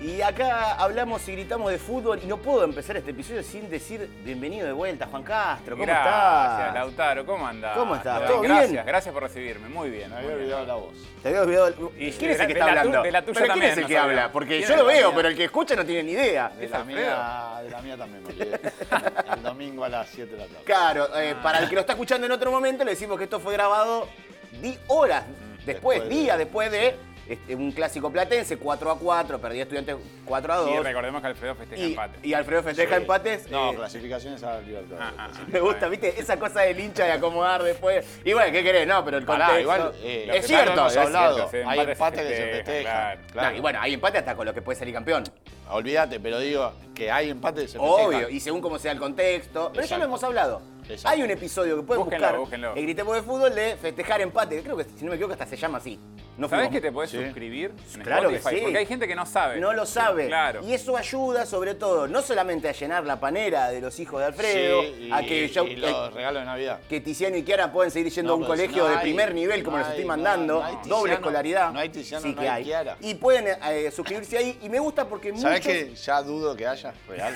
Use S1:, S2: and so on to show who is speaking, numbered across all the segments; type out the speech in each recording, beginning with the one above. S1: y acá hablamos y gritamos de fútbol y no puedo empezar este episodio sin decir bienvenido de vuelta, Juan Castro. ¿Cómo
S2: gracias,
S1: estás?
S2: Lautaro, ¿cómo andás?
S1: ¿Cómo estás?
S2: Bien,
S1: ¿Todo bien?
S2: gracias, gracias por recibirme, muy bien.
S3: Me había olvidado la voz.
S1: Te había olvidado. el-
S2: Y
S1: ¿Quién es
S2: de-
S1: el que
S2: de
S1: está
S2: la tu-
S1: hablando?
S2: de la tuya
S1: ¿Pero ¿Quién
S2: también,
S1: es el
S2: no
S1: que
S2: sabía.
S1: habla? Porque
S2: ¿Quién
S1: yo
S2: es
S1: lo
S2: la
S1: veo,
S2: mía?
S1: pero el que escucha no tiene ni idea.
S3: De
S1: Es
S3: la,
S1: Alfredo.
S3: mía, de la mía también me olvidé. El domingo a las 7 de la tarde.
S1: Claro, eh,
S2: Ah.
S1: para el que lo está escuchando en otro momento, le decimos que esto fue grabado di horas
S2: Mm,
S1: después,
S3: después de-
S1: días después de este, un clásico platense, 4 a 4, perdía estudiantes 4 a 2.
S2: Y recordemos que Alfredo festeja
S1: y,
S2: empate.
S1: y Alfredo festeja
S3: Sí.
S1: empates.
S3: No,
S1: eh,
S3: clasificaciones a Libertadores.
S2: Ah, ah,
S1: Me gusta, ¿viste? Esa cosa del hincha de acomodar después. Y bueno, ¿qué querés? No, pero el
S3: Pará,
S1: contexto.
S3: igual, eh,
S1: es
S3: lo que
S1: cierto.
S3: hemos
S1: es
S3: hablado.
S1: cierto.
S2: sí,
S3: Hay
S2: empate se
S3: empates que se
S2: festeja,
S3: festejan.
S2: claro.
S3: Claro.
S1: No, y bueno, hay empate hasta con lo que puede salir campeón.
S3: Olvídate, pero digo que hay empate, se
S1: Obvio,
S3: festejan.
S1: y según cómo sea el contexto. Pero ya lo
S3: Exacto.
S1: hemos hablado.
S3: Exacto.
S1: Hay un episodio que pueden
S2: Búsquenlo,
S1: buscar
S2: búsquenlo.
S1: en Gritemos de Fútbol de festejar empate. Creo que, si no me equivoco, hasta se llama así. No
S2: ¿Sabés
S1: fuimos-
S2: que te podés
S3: Sí.
S2: suscribir? en
S1: Claro que
S2: Spotify?
S1: sí.
S2: Porque hay gente que no sabe.
S1: No lo sabe.
S2: Claro.
S1: Y eso ayuda, sobre todo, no solamente a llenar la panera de los hijos de Alfredo,
S3: Sí, y,
S1: a que, eh, ya-
S3: y los regalos de Navidad.
S1: que Tiziano y Kiara pueden seguir yendo
S3: No,
S1: a un
S3: pero si
S1: colegio
S3: no
S1: de
S3: hay,
S1: primer nivel, como
S3: no
S1: los estoy
S3: hay,
S1: mandando,
S3: no hay Tiziano,
S1: doble escolaridad.
S3: no hay Tiziano,
S1: sí
S3: no
S1: que
S3: hay
S1: hay.
S3: Kiara.
S1: Y pueden eh, suscribirse ahí. Y me gusta porque
S3: ¿Sabés
S1: muchos...
S3: que ya dudo que haya real?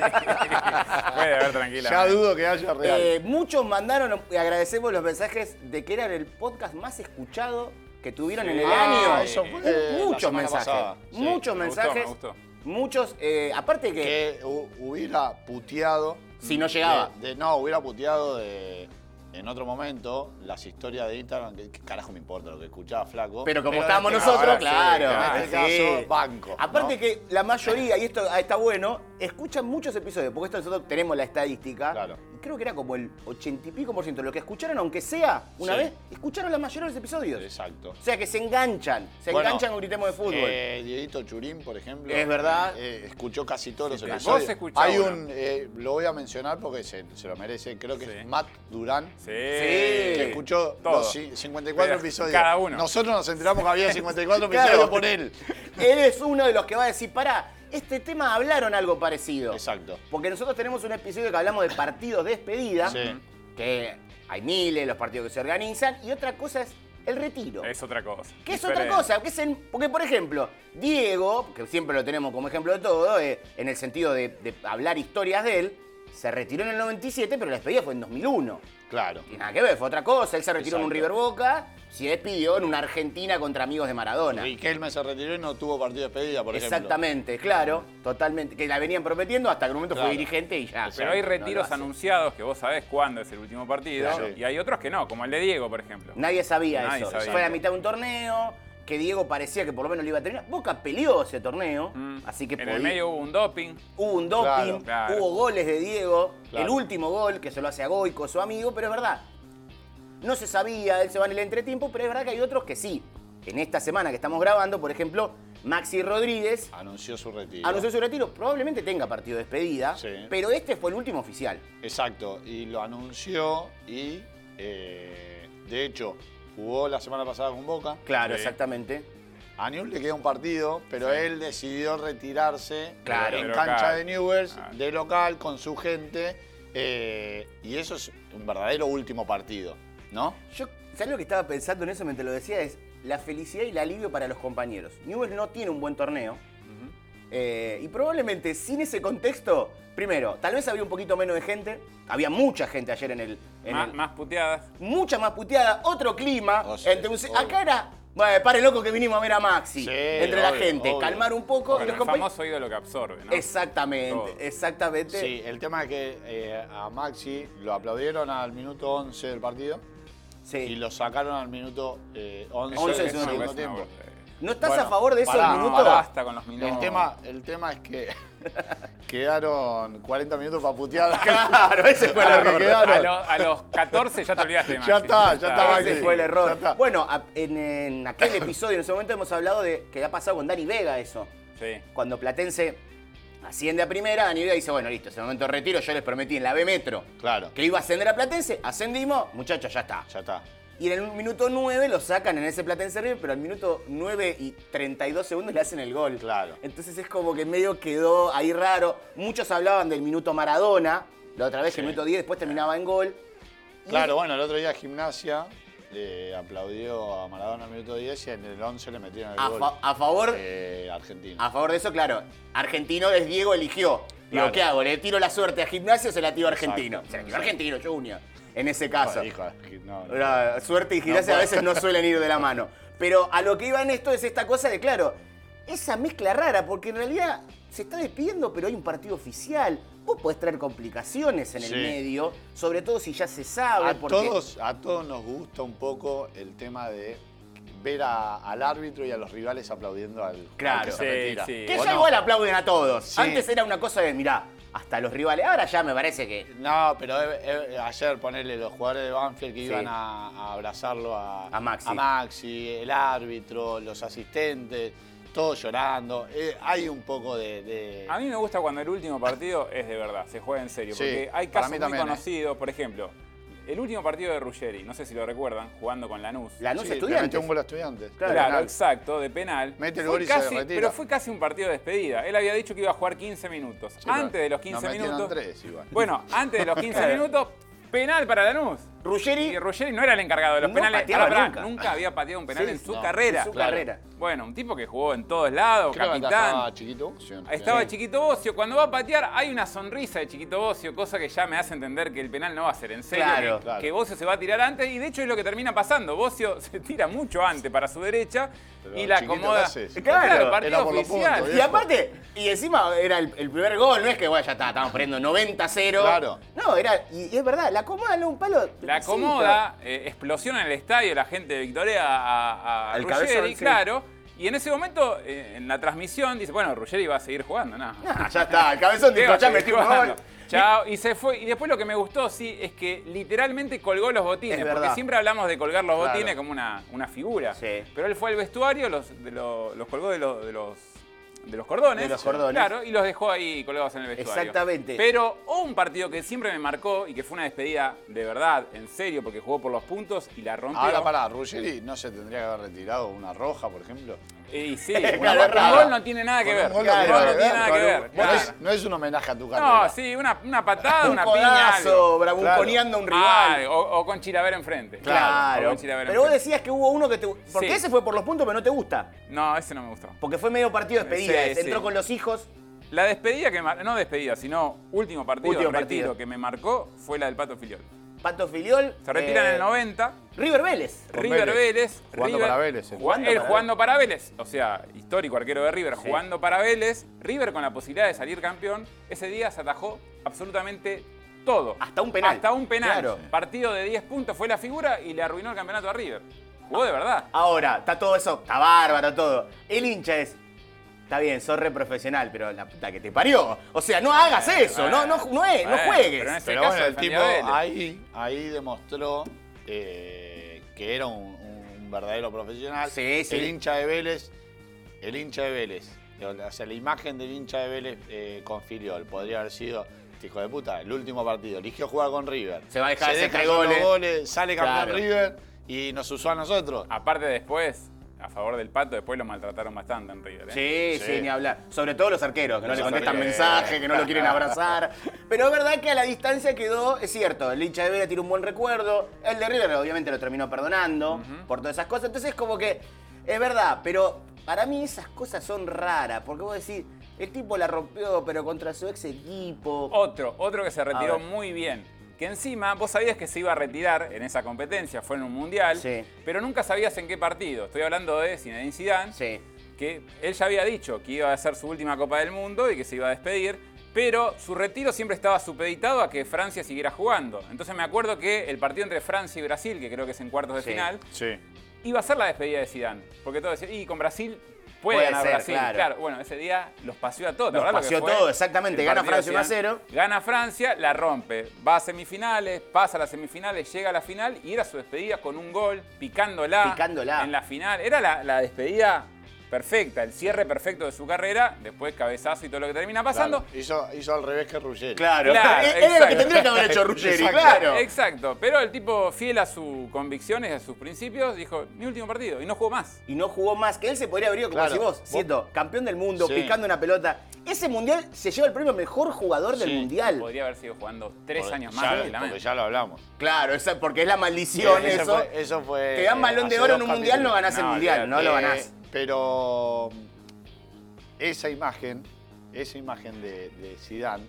S2: Puede haber tranquila.
S3: ya dudo que haya real.
S1: eh, muchos mandaron, y agradecemos los mensajes de que era el podcast más escuchado que tuvieron en el
S2: Ah,
S1: año.
S2: eso
S1: Mu-
S3: fue la
S1: muchos
S3: semana
S1: mensajes.
S3: pasada. Sí,
S1: muchos
S2: me gustó,
S1: mensajes.
S2: me gustó.
S1: Muchos, eh, aparte que,
S3: que hu- hubiera puteado.
S1: Si no llegaba.
S3: de- de- no, hubiera puteado de- en otro momento las historias de Instagram. Que, que carajo me importa lo que escuchaba, flaco.
S1: Pero como
S3: en
S1: estábamos
S3: este
S1: nosotros,
S3: caso-
S1: claro. Ah,
S2: claro,
S3: en este caso, banco,
S1: Aparte
S3: ¿no?
S1: que la mayoría, y esto está bueno, escuchan muchos episodios, porque esto nosotros tenemos la estadística.
S3: Claro.
S1: Y creo que era como el ochenta y pico por ciento. Lo que escucharon, aunque sea una
S3: Sí.
S1: vez, escucharon la mayoría de los episodios.
S3: Exacto.
S1: O sea que se enganchan, se
S3: Bueno,
S1: enganchan con gritemos de fútbol.
S3: Eh, Dieguito Churín, por ejemplo.
S1: Es verdad.
S3: eh, escuchó casi todos los
S2: Sí,
S3: episodios.
S2: vos escuchá
S3: Hay
S2: uno.
S3: un. eh, lo voy a mencionar porque se, se lo merece. Creo que
S2: Sí.
S3: es Matt Durán.
S2: Sí.
S3: Que escuchó
S2: Todo.
S3: los ci- 54
S2: Pero
S3: episodios.
S2: cada uno.
S3: Nosotros nos enteramos que había 54
S1: Claro.
S3: episodios por él.
S1: Él es uno de los que va a decir, pará, este tema hablaron algo parecido.
S3: Exacto.
S1: Porque nosotros tenemos un episodio que hablamos de partidos de despedida,
S3: Sí.
S1: que hay miles, los partidos que se organizan, y otra cosa es el retiro.
S2: Es otra cosa.
S1: Que es
S2: Diferente.
S1: otra cosa, que es en- porque por ejemplo, Diego, que siempre lo tenemos como ejemplo de todo, eh, en el sentido de, de hablar historias de él, se retiró en el 97, pero la despedida fue en 2001.
S3: Claro.
S1: Y nada que ver, fue otra cosa, él se retiró en un River
S3: Exacto.
S1: Boca, se despidió en una Argentina contra amigos de Maradona.
S3: Riquelme se retiró y no tuvo partido de despedida, por ejemplo.
S1: Exactamente, claro, totalmente. Que la venían prometiendo hasta que en un momento
S3: Claro.
S1: fue dirigente y ya.
S2: Pero hay
S1: no lo
S2: retiros
S1: hace.
S2: anunciados que vos sabés cuándo es el último partido.
S3: Claro.
S2: Y hay otros que no, como el de Diego, por ejemplo.
S1: Nadie sabía
S2: Nadie
S1: eso.
S2: sabía.
S1: Fue a la mitad de un torneo, que Diego parecía que por lo menos lo iba a terminar. Boca peleó ese torneo,
S2: Mm.
S1: así que
S2: En
S1: podí-
S2: el medio hubo un doping.
S1: hubo un doping,
S3: Claro,
S2: claro.
S1: hubo goles de Diego,
S3: Claro.
S1: el último gol que se lo hace a Goico, su amigo, pero es verdad. No se sabía, él se va en el entretiempo, pero es verdad que hay otros que sí. En esta semana que estamos grabando, por ejemplo, Maxi Rodríguez
S3: Anunció su retiro.
S1: anunció su retiro, probablemente tenga partido de despedida,
S3: Sí.
S1: pero este fue el último oficial.
S3: Exacto. Y lo anunció y, eh, de hecho, jugó la semana pasada con Boca.
S1: Claro,
S2: Sí.
S1: exactamente.
S3: A Newell le queda un partido, pero él decidió retirarse
S1: Claro.
S3: en
S2: De
S3: cancha
S2: local.
S3: de Newell's,
S2: Ah.
S3: de local, con su gente. eh, y eso es un verdadero último partido, ¿no?
S1: Yo, ¿sabes lo que estaba pensando en eso mientras lo decía? Es la felicidad y el alivio para los compañeros. Newell's no tiene un buen torneo. Eh, y probablemente sin ese contexto, primero, tal vez había un poquito menos de gente. Había mucha gente ayer en el. en
S2: Más,
S1: el-
S2: más puteadas.
S1: Mucha más puteada, otro clima.
S3: O sea,
S1: entre un-
S3: obvio.
S1: acá era. Bueno, pare loco que vinimos a ver a Maxi.
S3: Sí,
S1: entre la
S3: obvio,
S1: gente,
S3: obvio.
S1: calmar un poco.
S2: Bueno,
S1: y los
S2: el
S1: compañeros.
S2: famoso ídolo que absorbe, ¿no?
S1: Exactamente,
S2: Todo.
S1: exactamente.
S3: Sí, el tema es que eh, a Maxi lo aplaudieron al minuto 11 del partido
S1: Sí.
S3: y lo sacaron al minuto eh, 11,
S2: Eso
S1: 11
S3: del
S2: es
S1: segundo
S2: una-
S3: segundo
S2: es una
S3: tiempo.
S2: boludez.
S1: ¿No estás
S3: Bueno,
S1: a favor de eso
S3: pará,
S1: del
S2: No,
S1: minuto?
S2: basta con los minutos.
S3: eh. El, tema, el tema es que quedaron 40 minutos para putear.
S1: Claro, ese fue el
S3: Para que
S1: error.
S3: quede- Claro.
S2: A, lo- a los 14 ya te olvidaste de Maxi.
S3: Ya está, ya está,
S1: Ese
S3: Maxi.
S1: fue el
S3: Ya
S1: error.
S3: está.
S1: Bueno, a- en, en aquel episodio, en ese momento, hemos hablado de que ha pasado con Dani Vega eso.
S2: Sí.
S1: Cuando Platense asciende a primera, Dani Vega dice, bueno, listo, ese momento de retiro, yo les prometí en la B Metro
S3: Claro,
S1: que iba a ascender a Platense, ascendimos, muchachos, ya está.
S3: ya está.
S1: Y en el minuto 9 lo sacan en ese Platense River, pero al minuto 9 y 32 segundos le hacen el gol.
S3: Claro.
S1: Entonces es como que medio quedó ahí raro. Muchos hablaban del minuto Maradona, la otra vez que el
S3: Sí.
S1: minuto 10 después terminaba en gol. Y
S3: Claro, bueno, el otro día gimnasia eh, aplaudió a Maradona al minuto 10 y en el 11 le metieron el
S1: a,
S3: gol.
S1: fa- a favor
S3: Eh, eh, Argentina.
S1: A favor de eso, claro. Argentino es Diego eligió. Digo,
S3: Claro.
S1: ¿qué hago? ¿Le tiro la suerte a gimnasio o se la tiro a argentino?
S3: Exacto.
S1: Se la tiro a argentino, Junior. En ese caso.
S3: Hijo, no, no.
S1: La suerte y gimnasia
S3: No,
S1: a veces no suelen ir de la mano. Pero a lo que iba en esto es esta cosa de, claro, esa mezcla rara, porque en realidad se está despidiendo, pero hay un partido oficial. Vos podés traer complicaciones en el
S3: Sí.
S1: medio, sobre todo si ya se sabe.
S3: A
S1: porque-
S3: todos, a todos nos gusta un poco el tema de ver a- al árbitro y a los rivales aplaudiendo al
S1: Claro.
S3: al que se
S1: Sí,
S3: retira.
S2: sí.
S1: Que
S3: ¿O
S1: ya
S3: no?
S1: igual aplauden a todos.
S3: Sí.
S1: Antes era una cosa de, mirá, hasta los rivales. Ahora ya me parece que.
S3: No, pero eh, eh, ayer ponerle los jugadores de Banfield que
S1: Sí.
S3: iban a, a abrazarlo a,
S1: A Maxi.
S3: Maxi, el árbitro, los asistentes, todos llorando. Eh, hay un poco de. de-
S2: A mí me gusta cuando el último partido es de verdad, se juega en serio.
S3: Sí,
S2: porque hay
S3: para
S2: casos
S3: mí
S2: muy
S3: también, ¿eh?
S2: conocidos, por ejemplo, el último partido de Ruggeri, no sé si lo recuerdan, jugando con Lanús.
S1: Lanús
S3: Sí, le
S1: estudiantes.
S3: metió un gol a estudiantes.
S1: Claro,
S2: Claro,
S3: Penal.
S2: exacto, de penal.
S3: Mete el
S2: Fue
S3: gol y se
S2: casi-
S3: retira.
S2: Pero fue casi un partido de despedida. Él había dicho que iba a jugar 15 minutos.
S3: Sí,
S2: antes de los
S3: nos
S2: 15
S3: metieron
S2: minutos.
S3: tres igual.
S2: Bueno, antes de los 15 minutos, penal para Lanús.
S1: Ruggeri
S2: Y Ruggeri no era el encargado de los
S1: No
S2: penales.
S1: pateaba
S2: Pará, pará,
S1: nunca.
S2: había pateado un penal
S1: Sí,
S2: en su
S3: no,
S2: carrera.
S1: en su
S3: Claro.
S1: carrera.
S2: Bueno, un tipo que jugó en todos lados,
S3: Creo que
S2: capitán.
S3: estaba chiquito. sí,
S2: Estaba
S3: sí.
S2: Chiquito Bocio. Cuando va a patear, hay una sonrisa de Chiquito Bocio, cosa que ya me hace entender que el penal no va a ser en serio.
S1: Claro,
S2: que,
S3: claro.
S2: que Bocio se va a tirar antes, y de hecho es lo que termina pasando. Bocio se tira mucho antes para su derecha
S3: Pero
S2: y la
S3: Chiquito
S2: acomoda.
S3: la hace, sí.
S1: Claro,
S3: era
S2: partido
S3: por los
S2: oficial.
S3: puntos,
S1: Y aparte, y encima era el, el primer gol, no es que bueno, ya está, estábamos perdiendo 90-0.
S3: Claro.
S1: No, era, y, y es verdad, la acomoda, no un palo.
S2: La
S1: Sí,
S2: acomoda, eh, explosiona en el estadio la gente de Victoria a, a- a
S1: Al
S2: Ruggeri,
S1: cabezón, sí.
S2: claro. Y en ese momento, eh, en la transmisión, dice, bueno, Ruggeri va a seguir jugando, nada.
S1: pero- Ah, ya está, el cabezón dijo,
S2: Teo,
S1: ya
S2: te
S1: metí un
S2: estoy
S1: gol.
S2: bajando. Chao, y se fue. Y después lo que me gustó, sí, es que literalmente colgó los botines.
S1: Es
S2: porque
S1: verdad.
S2: siempre hablamos de colgar los
S1: Claro.
S2: botines como una, una figura.
S1: Sí.
S2: Pero él fue al vestuario, los, de lo- los colgó de, lo- de los. De los cordones.
S1: De los cordones.
S2: Claro, y los dejó ahí colgados en el vestuario.
S1: Exactamente.
S2: Pero un partido que siempre me marcó y que fue una despedida de verdad, en serio, porque jugó por los puntos y la rompió.
S3: Ahora pará, Ruggeri no se tendría que haber retirado una roja, por ejemplo.
S2: Y sí,
S1: Claro,
S2: un
S1: raro.
S2: gol no tiene nada que
S3: Con
S2: ver.
S3: un gol
S1: no
S2: Un
S1: tiene
S2: gol
S1: nada
S2: no
S1: que
S2: tiene
S1: ver,
S2: nada que
S3: Claro,
S2: ver.
S3: no
S2: claro.
S3: es- no es un homenaje a tu carrera.
S2: No, sí, una, una patada,
S1: Un
S2: Ah, una piña.
S1: codazo,
S2: algo.
S1: bravuconeando a un
S2: Ah,
S1: rival.
S2: o, o con Chilavera enfrente. O
S1: Claro.
S2: con Chilavera
S1: Pero vos
S2: enfrente.
S1: decías que hubo uno que te. Porque
S2: Sí.
S1: ese fue por los puntos, pero no te gusta.
S2: No, ese no me gustó.
S1: Porque fue medio partido de despedida.
S2: Sí,
S1: ese. Entró
S2: sí.
S1: con los hijos.
S2: La despedida que mar- no despedida, sino último partido,
S1: Último
S2: retiro
S1: partido.
S2: que me marcó fue la del Pato Filiol.
S1: Pato Filiol.
S2: Se retira en
S1: eh,
S2: el 90,
S1: River Vélez.
S3: Con
S2: River
S3: Vélez.
S2: Vélez.
S3: Jugando
S2: River-
S3: para Vélez, él.
S2: Ju-
S1: Jugando
S2: él
S1: para
S2: jugando para Vélez, o sea, histórico arquero de River, jugando para Vélez. River con la posibilidad de salir campeón, ese día se atajó absolutamente todo.
S1: Hasta un penal.
S2: Hasta un penal.
S1: Claro.
S2: Partido de 10 puntos, fue la figura y le arruinó el campeonato a River. Jugó de verdad.
S1: Ahora, está todo eso, está bárbaro todo. El hincha es. Está bien, sos re profesional, pero la puta que te parió. O sea, no hagas eso, no, no, no, es, no
S2: Bueno, Eh, pero en
S1: juegues.
S2: ese
S3: Pero
S2: caso
S3: bueno, el tipo
S2: defendió a Vélez.
S3: ahí, ahí demostró eh, que era un, un verdadero profesional.
S1: Sí, sí.
S3: El hincha de Vélez, el hincha de Vélez, o sea, la imagen del hincha de Vélez eh, con Filiol podría haber sido, este hijo de puta, el último partido. Eligió jugar con River.
S1: Se va a dejar
S3: Se
S1: hacer
S3: deja
S1: tres
S3: solo
S1: goles.
S3: sale campeón
S1: Claro. Ah,
S3: River y nos usó a nosotros.
S2: Aparte después, a favor del pato, después lo maltrataron bastante en River. ¿eh?
S1: Sí, sí,
S3: Sí.
S1: ni hablar. Sobre todo los arqueros, que no
S3: Los
S1: le contestan
S3: arqueros.
S1: mensajes, que no lo quieren abrazar. Pero es verdad que a la distancia quedó, es cierto, el hincha de Vélez tiene un buen recuerdo, el de River obviamente lo terminó perdonando por todas esas cosas. Entonces, como que es verdad, pero para mí esas cosas son raras, porque vos decís, el tipo la rompió, pero contra su ex equipo.
S2: Otro, otro que se
S1: A
S2: retiró
S1: ver.
S2: muy bien. Que encima, vos sabías que se iba a retirar en esa competencia, fue en un mundial,
S1: Sí.
S2: pero nunca sabías en qué partido. Estoy hablando de Zinedine Zidane,
S1: Sí.
S2: que él ya había dicho que iba a hacer su última Copa del Mundo y que se iba a despedir, pero su retiro siempre estaba supeditado a que Francia siguiera jugando. Entonces me acuerdo que el partido entre Francia y Brasil, que creo que es en cuartos de
S1: Sí.
S2: final,
S3: Sí.
S2: iba a ser la despedida de Zidane, porque todos decían, y con Brasil puede,
S1: Puede
S2: ganar
S1: ser,
S2: Brasil.
S1: claro.
S2: Claro. bueno, ese día los paseó a todos. ¿te
S1: Los
S2: acordás lo que
S1: paseó
S2: fue?
S1: todo, exactamente.
S2: El
S1: Gana
S2: partido de
S1: Francia
S2: Zidane.
S1: 1 a 0.
S2: Gana Francia, la rompe, va a semifinales, pasa a las semifinales, llega a la final y era su despedida con un gol, picándola,
S1: Picándola.
S2: en la final. Era la, la despedida perfecta, el cierre perfecto de su carrera, después cabezazo y todo lo que termina pasando.
S3: Claro, hizo, hizo al revés que Ruggeri.
S1: Claro,
S2: Claro,
S1: era lo que
S2: exacto.
S1: tendría que haber hecho Ruggeri,
S3: Exacto.
S1: claro.
S2: Exacto, pero el tipo fiel a sus convicciones, a sus principios, dijo, mi último partido, y no jugó más.
S1: Y no jugó más, que él se podría haber ido, como
S3: Claro,
S1: si vos,
S3: vos-
S1: siendo campeón del mundo,
S3: Sí.
S1: picando una pelota. Ese mundial se lleva el premio mejor jugador del
S3: Sí,
S1: mundial.
S2: Podría haber sido jugando tres
S3: Porque
S2: años
S3: ya-
S2: más,
S3: porque
S2: tranquilamente.
S3: ya lo hablamos.
S1: Claro, esa- porque es la maldición
S3: Ese
S1: eso.
S3: fue- eso fue,
S1: Te dan
S3: eh,
S1: balón de
S3: hace
S1: oro en
S3: dos
S1: un mundial,
S3: capítulos.
S1: no ganás el
S2: No,
S1: mundial, no lo
S3: Eh,
S1: ganás.
S3: Pero Eh, mm, esa imagen, esa imagen de, de Zidane,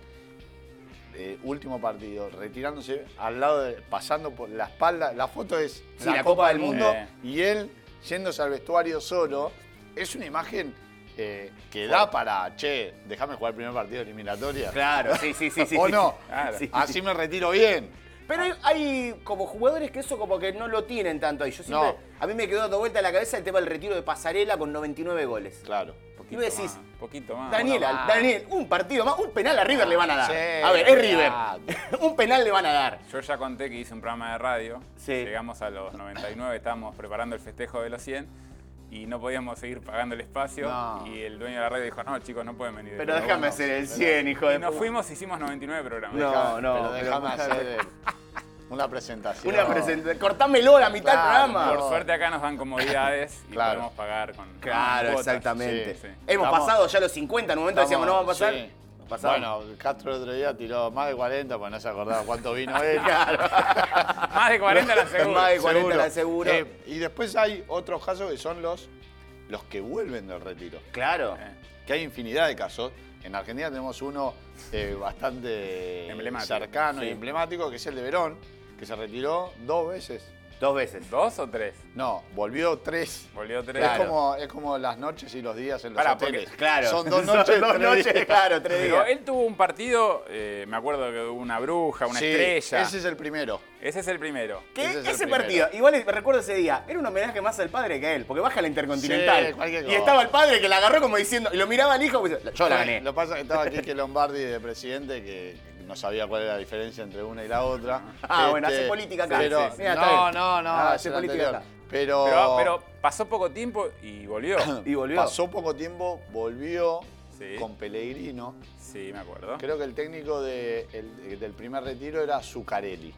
S3: de último partido, retirándose al lado, de, pasando por la espalda, la foto es
S1: Sí, la Copa del
S2: Mundo.
S3: y él yéndose al vestuario solo, es una imagen eh, que da para, che, déjame jugar el primer partido eliminatoria.
S1: Claro, sí, sí, sí. sí
S3: ¿O
S1: sí.
S3: no?
S2: Claro.
S1: Sí, sí.
S3: Así me retiro bien.
S1: Pero hay, hay como jugadores que eso como que no lo tienen tanto ahí. Yo siempre,
S3: No.
S1: A mí me quedó dando vuelta en la cabeza el tema del retiro de Pasarela con 99 goles.
S3: Claro.
S1: Y vos decís,
S2: más, poquito
S3: Ah,
S2: más.
S1: Daniela,
S3: más.
S1: Daniel, un partido más, un penal a River le van a dar.
S3: Sí,
S1: a ver, es River.
S3: claro.
S1: un penal le van a dar.
S2: Yo ya conté que hice un programa de radio.
S1: Sí.
S2: Llegamos a los 99, estábamos preparando el festejo de los 100 y no podíamos seguir pagando el espacio.
S3: No.
S2: Y el dueño de la radio dijo, no, chicos, no pueden venir.
S1: Pero déjame
S2: bueno,
S1: hacer el 100, hijo de
S2: Y nos
S1: puta.
S2: fuimos, hicimos 99 programas.
S1: No,
S3: Dejame-
S1: no,
S3: Pero
S1: pero
S3: déjame
S1: déjame-
S3: hacer eh, una presentación.
S1: Una presentación. Cortámelo a la mitad
S3: Claro,
S1: del programa.
S2: Por suerte acá nos dan comodidades y
S3: Claro.
S2: podemos pagar con
S1: Claro,
S2: con cuotas.
S1: exactamente.
S2: Sí, sí.
S1: Hemos
S3: Estamos-
S1: pasado ya los 50, en un momento decíamos, no vamos a pasar.
S3: Sí.
S1: No pasaba.
S3: Bueno, Castro el otro día tiró más de 40, pues no se acordaba cuánto vino él.
S2: Ah, Más de 40 la segunda.
S1: Más de 40
S3: Seguro.
S1: la seguro.
S3: Eh, y después hay otros casos que son los, los que vuelven del retiro.
S1: claro.
S2: Eh,
S3: Que hay infinidad de casos. En Argentina tenemos uno eh, bastante
S2: Emblemático.
S3: cercano y
S2: Sí.
S3: emblemático, que es el de Verón, que se retiró dos veces.
S1: Dos veces.
S2: ¿Dos o tres?
S3: No, volvió tres.
S2: Volvió tres.
S3: Es, como, es como las noches y los días en los
S2: Pará,
S3: hoteles.
S2: porque-
S1: Claro.
S3: Son dos noches.
S1: Son dos
S3: tres
S1: noches,
S3: días.
S1: claro, tres
S2: Pero
S1: días.
S2: él tuvo un partido, eh, me acuerdo que hubo una bruja, una
S3: Sí,
S2: estrella.
S3: Ese es el primero.
S2: Ese es el primero.
S1: Que ese
S3: Ese es el primero.
S1: partido, igual me recuerdo ese día, era un homenaje más al padre que a él, porque baja a la
S3: Sí,
S1: Intercontinental.
S3: cualquier
S1: y
S3: cosa.
S1: estaba el padre que la agarró como diciendo, y lo miraba al hijo, como diciendo, yo la gané.
S3: Lo que pasa es que estaba aquí que Lombardi de presidente, que no sabía cuál era la diferencia entre una y la otra. Este,
S1: Ah, bueno, hace política acá.
S3: Pero,
S1: Sí, sí. Mira, está
S3: no,
S1: bien.
S3: no, no,
S1: Ah,
S3: es
S1: hace
S3: el
S1: política
S3: anterior.
S1: acá.
S3: Pero,
S2: Pero, ah, pero pasó poco tiempo y volvió.
S1: Y volvió.
S3: pasó poco tiempo, volvió
S2: Sí.
S3: con Pellegrino.
S2: Sí, me acuerdo.
S3: Creo que el técnico de- el- del primer retiro era Zuccarelli.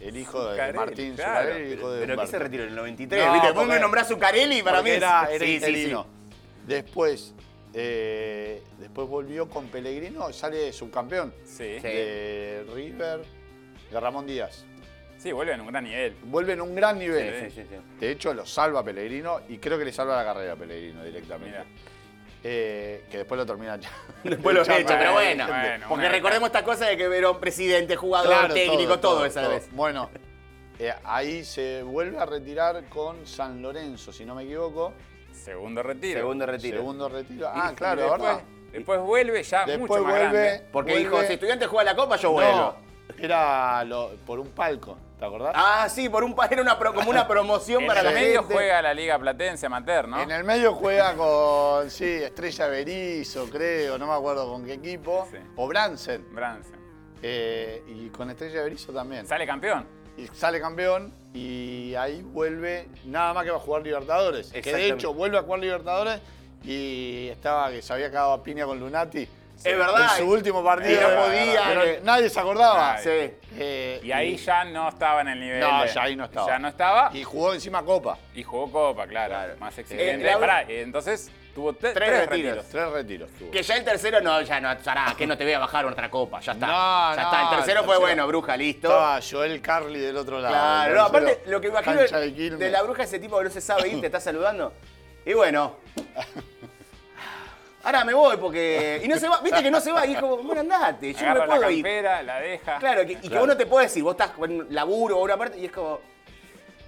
S3: El hijo de
S2: Zuccarelli,
S3: Martín
S2: claro.
S3: Zuccarelli, el hijo de
S1: Pero que
S3: Humberto.
S1: se retiró en el 93,
S3: No,
S1: ¿viste? Vos
S3: porque-
S1: me nombrás Zuccarelli y para mí
S3: Porque era,
S1: es-
S3: era
S1: sí, sí, sí.
S3: interino. Después, eh, después volvió con Pellegrino, sale subcampeón
S2: Sí.
S1: Sí.
S3: de River, de Ramón Díaz.
S2: Sí, vuelve en un gran nivel. Eh,
S3: Vuelve en un gran nivel.
S1: Sí, sí, sí, sí.
S3: De hecho, lo salva Pellegrino y creo que le salva la carrera a Pellegrino directamente.
S2: Mirá.
S3: Eh, que después lo termina ya.
S1: Después lo he hecho, pero bueno.
S2: Bueno,
S1: porque
S2: una-
S1: recordemos esta cosa de que Verón, presidente, jugador, técnico, todo, esa vez.
S3: Bueno, eh, ahí se vuelve a retirar con San Lorenzo, si no me equivoco.
S2: Segundo retiro.
S1: Segundo retiro.
S3: Segundo retiro.
S2: Y-
S3: Ah,
S2: y
S3: claro,
S2: después,
S3: ¿verdad?
S2: Después vuelve ya
S3: Después
S2: mucho más
S3: vuelve-
S2: grande.
S1: Porque
S3: Vuelve-
S1: dijo, si estudiante juega la copa, yo vuelvo.
S3: No, era lo- por un palco, ¿te acordás?
S1: Ah, sí, por un pa- era una pro- como una promoción
S2: En
S1: para
S2: el
S1: la
S2: medio
S1: gente.
S2: juega la Liga Platense Amateur, ¿no?
S3: En el medio juega con, sí, Estrella Berizo, creo, no me acuerdo con qué equipo.
S2: Sí.
S3: O Bransen.
S2: Bransen.
S3: Eh, y con Estrella Berizo también.
S2: Sale campeón.
S3: y sale campeón y ahí vuelve nada más que va a jugar Libertadores. Que de
S1: Exactamente.
S3: hecho vuelve a jugar Libertadores y estaba que se había cagado a piña con Lunati.
S1: Es verdad.
S3: En su último partido.
S1: Y no
S3: Pero
S1: podía,
S3: que
S1: eh.
S3: nadie se acordaba.
S1: Nadie. Sí.
S3: Eh,
S2: Y ahí ya no estaba en el nivel.
S3: No,
S2: de-
S3: ya ahí no estaba.
S2: Ya no estaba.
S3: Eh, Y jugó encima Copa.
S2: Y jugó Copa, claro.
S1: Claro.
S2: Más
S1: Eh,
S2: exigente.
S1: la-
S2: Pará, eh, entonces tuvo te- tres,
S1: retiros.
S2: retiros.
S3: Tres retiros tuvo.
S1: Que ya el tercero no, ya no, Sará, que no te voy a bajar otra copa, ya está.
S3: No,
S1: ya
S3: no,
S1: está, el tercero
S3: el
S1: fue
S3: tercero.
S1: bueno, bruja, listo.
S3: Estaba Joel Carly del otro lado.
S1: claro, no,
S3: El tercero,
S1: aparte, lo que imagino
S3: cancha
S1: de,
S3: Quilmes.
S1: de la bruja, ese tipo que no se sabe ir, te está saludando. Y bueno. Ahora me voy porque. Y no se va, viste que no se va, y es como, bueno, andate, yo no me
S2: Agarra la
S1: puedo ir.
S2: campera, la deja.
S1: Claro, que- y que vos no te podés decir, vos estás con un laburo o una parte, y es como.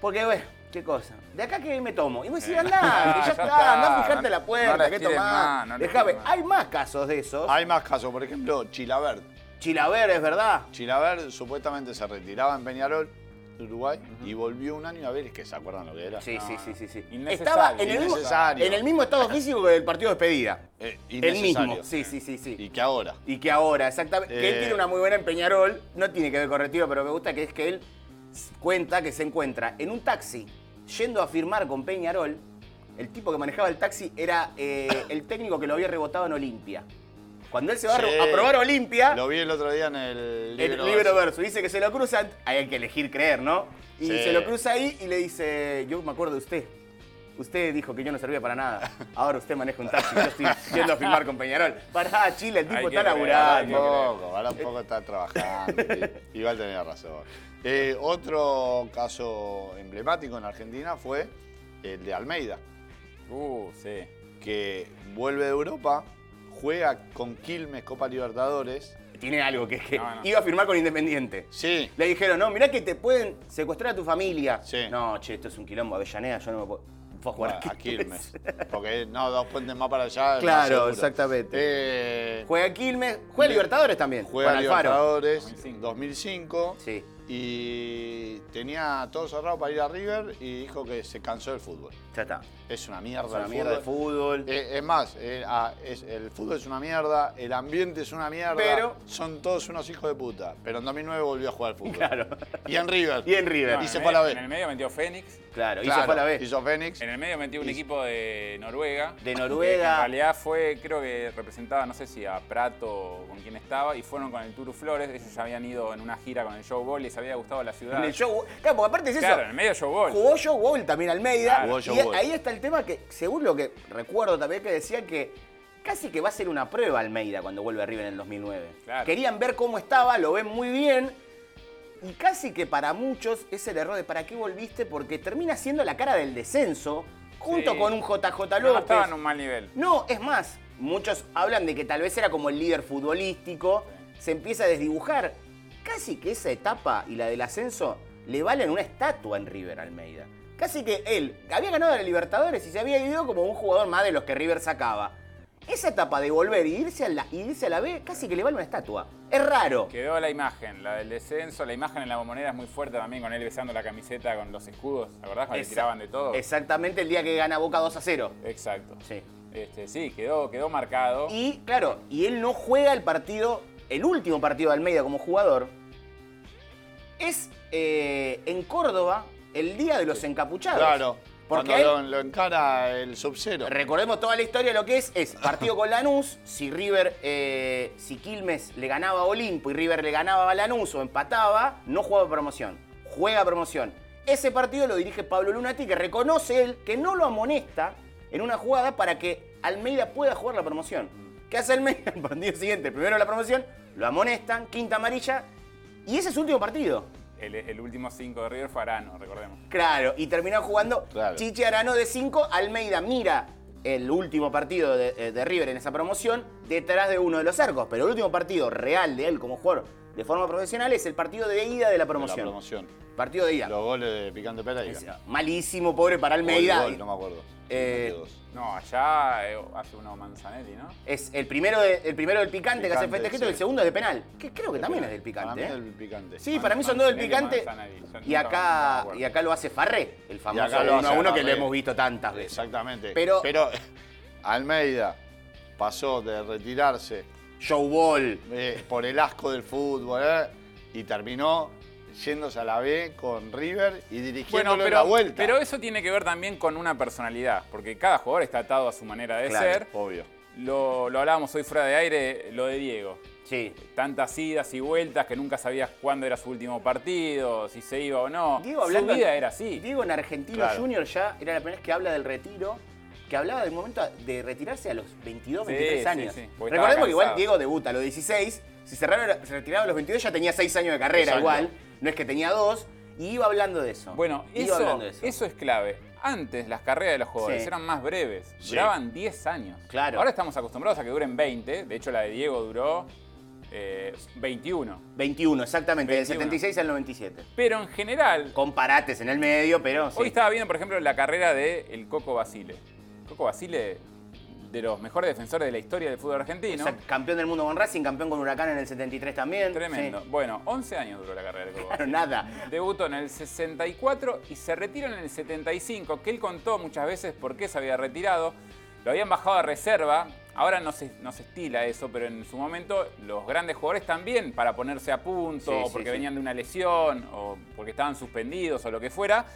S1: Porque, bueno, qué cosa. De acá que me tomo. Y vos decís, andá,
S2: Ah,
S1: ya,
S2: ya
S1: está,
S2: está,
S1: andá a
S2: no-
S1: fijarte la
S2: no la
S1: puerta, qué
S2: estires
S1: tomás.
S2: más, no la
S1: Dejame.
S2: estires más.
S1: Hay más casos de esos.
S3: Hay más casos, por ejemplo, Chilabert.
S1: Chilaver, es verdad.
S3: Chilaver supuestamente se retiraba en Peñarol, Uruguay, y volvió un año a Vélez, que se acuerdan lo que era.
S1: Sí,
S2: No,
S1: sí, sí, sí, sí.
S2: innecesario,
S1: Estaba en el, mismo,
S3: innecesario.
S1: en el mismo estado físico que el partido de despedida.
S3: Eh,
S1: el
S3: innecesario.
S1: mismo. Sí, sí, sí, sí.
S3: Y que ahora.
S1: Y que ahora, exactamente. Que él
S3: Eh.
S1: tiene una muy buena en Peñarol, no tiene que ver con retiro, pero me gusta que es que él s- cuenta que se encuentra en un taxi yendo a firmar con Peñarol. El tipo que manejaba el taxi era eh, el técnico que lo había rebotado en Olimpia. Cuando él se va a re-
S3: Sí.
S1: a probar Olimpia,
S3: Lo vi el otro día en el
S1: el
S3: libro.
S1: libro verso. Dice que se lo cruzan, hay que elegir creer, ¿no? Y
S3: Sí.
S1: se lo cruza ahí y le dice, yo me acuerdo de usted. Usted dijo que yo no servía para nada. Ahora usted maneja un taxi. Yo estoy yendo a filmar con Peñarol. Pará, Chile, el
S2: Hay
S1: tipo
S2: que
S1: está
S2: creer, hay que
S1: laburando.
S3: Poco, ahora un poco está trabajando. sí. Igual tenía razón. Eh, otro caso emblemático en Argentina fue el de Almeida,
S2: Uh, sí.
S3: que vuelve de Europa, juega con Quilmes Copa Libertadores.
S1: Tiene algo que, que
S2: No, no.
S1: iba a firmar con Independiente.
S3: Sí,
S1: Le dijeron, no, mirá que te pueden secuestrar a tu familia.
S3: Sí.
S1: No, che, esto es un quilombo, Avellaneda, yo no me puedo. Fue a jugar
S3: a,
S1: a
S3: Quilmes. Porque no, dos puentes más para allá. más
S1: Claro,
S3: seguro.
S1: exactamente.
S3: Eh,
S1: Juega a Quilmes, juega a Libertadores también.
S3: Juega
S1: con Alfaro.
S3: Libertadores
S2: 2005.
S3: 2005.
S1: Sí.
S3: Y tenía todo cerrado para ir a River y dijo que se cansó del fútbol.
S1: Ya está.
S3: Es una mierda.
S1: Es una
S3: el
S1: mierda de fútbol.
S3: Eh, es más, eh, ah, es- el fútbol es una mierda, el ambiente es una mierda.
S1: Pero-
S3: Son todos unos hijos de puta. Pero en 2009 volvió a jugar al fútbol.
S1: Claro.
S3: Y en River.
S1: Y en River.
S3: Y
S2: en
S3: se
S2: el
S3: fue a la
S2: medio-
S3: B.
S2: En el medio metió Fénix.
S1: Claro, y
S3: Claro,
S1: se fue a la vez.
S3: Hizo Fénix.
S2: En el medio metió un equipo de Noruega.
S1: De
S2: que
S1: Noruega.
S2: en realidad fue, creo que representaba, no sé si a Prato o con quién estaba, y fueron con el Turu Flores. Ellos habían ido en una gira con el Showball, les había gustado la ciudad.
S1: En el show. Claro, porque aparte es eso.
S2: Claro, en el medio Showball.
S1: Jugó Joe Bowl también Almeida.
S3: Claro. Jugó
S1: y
S3: Joe Bowl.
S1: ahí está el tema que, según lo que recuerdo también, que decía que casi que va a ser una prueba Almeida cuando vuelve a River en el 2009.
S2: Claro.
S1: Querían ver cómo estaba, lo ven muy bien. Y casi que para muchos es el error de para qué volviste, porque termina siendo la cara del descenso junto
S2: Sí.
S1: con un JJ López.
S2: No, no estaba en un mal nivel.
S1: No, es más, muchos hablan de que tal vez era como el líder futbolístico, se empieza a desdibujar. Casi que esa etapa y la del ascenso le valen una estatua en River Almeida. Casi que él había ganado a la Libertadores y se había ido como un jugador más de los que River sacaba. Esa etapa de volver y irse a la, y irse a la B casi que le vale una estatua. Es raro.
S2: Quedó la imagen, la del descenso, la imagen en la bombonera es muy fuerte también con él besando la camiseta con los escudos, ¿te acordás? Cuando le
S1: Esa-
S2: tiraban de todo.
S1: Exactamente el día que gana Boca 2 a 0.
S2: Exacto.
S1: Sí.
S2: Este, sí, quedó, quedó marcado.
S1: Y claro, y él no juega el partido, el último partido de Almeida como jugador. Es eh, en Córdoba el día de los encapuchados.
S3: Claro.
S1: Porque
S3: cuando
S1: él-
S3: lo, lo encara el subcero.
S1: recordemos toda la historia de lo que es, es partido con Lanús, si River, eh, si Quilmes le ganaba a Olimpo y River le ganaba a Lanús o empataba, no jugaba promoción, juega promoción. Ese partido lo dirige Pablo Lunati, que reconoce él que no lo amonesta en una jugada para que Almeida pueda jugar la promoción. ¿Qué hace Almeida? El partido siguiente, primero la promoción, lo amonestan, quinta amarilla, y ese es su último partido.
S2: El, el último 5 de River fue Arano, recordemos.
S1: Claro, y terminó jugando
S3: Claro.
S1: Chiche Arano de 5, Almeida mira el último partido de, eh, de River en esa promoción detrás de uno de los arcos, pero el último partido real de él como jugador de forma profesional es el partido de ida de la promoción.
S3: La promoción.
S1: Partido de ida.
S3: Los goles de Picante Pereira.
S1: Es- Malísimo, pobre para
S3: Gol,
S1: Almeida.
S3: gol, no me acuerdo.
S1: Eh,
S3: Metió dos.
S2: No, allá eh, hace uno Manzanetti, ¿no?
S1: Es el primero, de- el primero del picante, que hace
S3: Picante,
S1: festejito
S3: sí.
S1: y el segundo es de penal. Que creo que también
S3: Para
S1: es del
S3: mí
S1: picante. ¿eh?
S3: es del picante.
S1: Sí, para mí son dos del
S2: Manzanelli,
S1: picante.
S2: Manzanelli,
S1: Y
S2: son- nunca- nunca me
S1: acá,
S2: acuerdo.
S1: y acá lo hace Farré, el famoso
S3: acá lo
S1: uno a
S3: hace
S1: uno que lo
S3: Farré.
S1: hemos visto tantas veces.
S3: Ah, Exactamente.
S1: Pero-
S3: Almeida pasó de retirarse
S1: Show Ball.
S3: eh, por el asco del fútbol eh, y terminó yéndose a la B con River y dirigiéndolo en la vuelta.
S2: pero eso tiene que ver también con una personalidad, porque cada jugador está atado a su manera de
S1: Claro.
S2: ser.
S3: Obvio.
S2: Lo, lo hablábamos hoy fuera de aire, lo de Diego.
S1: Sí.
S2: Tantas idas y vueltas que nunca sabías cuándo era su último partido, si se iba o no.
S1: Diego hablando.
S2: su vida era así.
S1: Diego en Argentino
S3: Claro.
S1: Junior ya era la primera vez que habla del retiro, que hablaba del momento de retirarse a los 22,
S2: Sí,
S1: 23
S2: sí,
S1: años.
S2: sí, porque estaba
S1: Recordemos que igual
S2: cansado.
S1: Diego debuta a los 16, si se, raro- se retiraba a los 22 ya tenía 6 años de carrera
S3: Exacto.
S1: igual, no es que tenía 2, y iba hablando de eso.
S2: Bueno,
S1: Iba
S2: eso,
S1: hablando de eso.
S2: eso es clave. Antes las carreras de los jugadores
S1: Sí.
S2: eran más breves,
S3: Sí.
S2: duraban 10 años.
S1: Claro.
S2: Ahora estamos acostumbrados a que duren 20, de hecho la de Diego duró eh, 21.
S1: 21, exactamente,
S2: 21.
S1: del 76 al 97.
S2: Pero en general,
S1: Con parates en el medio, pero sí.
S2: Hoy estaba viendo, por ejemplo, la carrera de el Coco Basile. Coco Basile, de los mejores defensores de la historia del fútbol argentino.
S1: O sea, campeón del mundo con Racing, campeón con Huracán en el 73 también.
S2: Tremendo.
S1: Sí.
S2: Bueno, 11 años duró la carrera de Coco
S1: Claro,
S2: Basile.
S1: nada.
S2: Debutó en el 64 y se retiró en el 75, que él contó muchas veces por qué se había retirado. Lo habían bajado a reserva. Ahora no se, no se estila eso, pero en su momento los grandes jugadores también, para ponerse a punto,
S1: Sí,
S2: o
S1: sí,
S2: porque
S1: sí.
S2: venían de una lesión, o porque estaban suspendidos, o lo que fuera,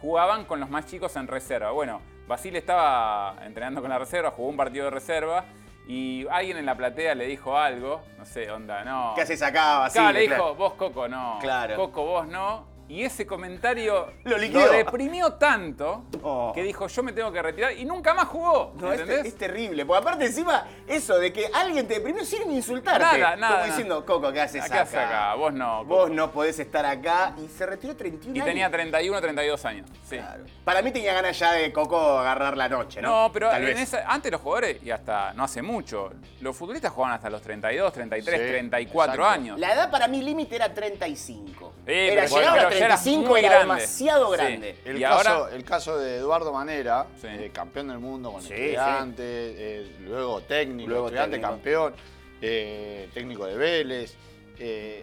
S2: jugaban con los más chicos en reserva. Bueno, Basile estaba entrenando con la reserva, jugó un partido de reserva, y alguien en la platea le dijo algo, no sé, onda, no.
S1: ¿Qué haces acá, Basile?
S2: Claro, le dijo,
S1: Claro.
S2: vos Coco no.
S1: Claro.
S2: Coco vos no. Y ese comentario
S1: Lo liquidó.
S2: deprimió tanto
S1: Oh.
S2: que dijo, yo me tengo que retirar y nunca más jugó.
S1: No, este- es,
S2: ¿Entendés?
S1: es terrible. Porque aparte encima, eso de que alguien te deprimió sin insultarte.
S2: Nada, nada,
S1: Como
S2: nada.
S1: diciendo, Coco, ¿qué haces
S2: Acá, acá, vos no.
S1: Vos no podés estar acá. Y se retiró 31
S2: Y
S1: años.
S2: tenía 31, 32 años. Sí.
S1: Claro. Para mí tenía ganas ya de Coco agarrar la noche, ¿no?
S2: No, pero
S1: Tal
S2: en
S1: vez.
S2: esa- antes los jugadores, y hasta no hace mucho, los futbolistas jugaban hasta los 32, 33,
S3: Sí,
S2: 34
S3: exacto.
S2: años.
S1: La edad para mí límite era 35.
S2: Sí,
S1: era
S2: pero-
S1: llegar a
S2: pero ya eras
S1: 35
S2: muy
S1: era
S2: grande.
S1: demasiado
S2: Sí.
S1: grande.
S3: El,
S2: Y
S3: caso,
S2: ahora-
S3: el caso de Eduardo Manera,
S2: Sí.
S3: eh, campeón del mundo con
S1: Sí,
S3: estudiantes, eh, luego técnico,
S1: Luego
S3: estudiante
S1: técnico.
S3: campeón, eh, técnico de Vélez, eh,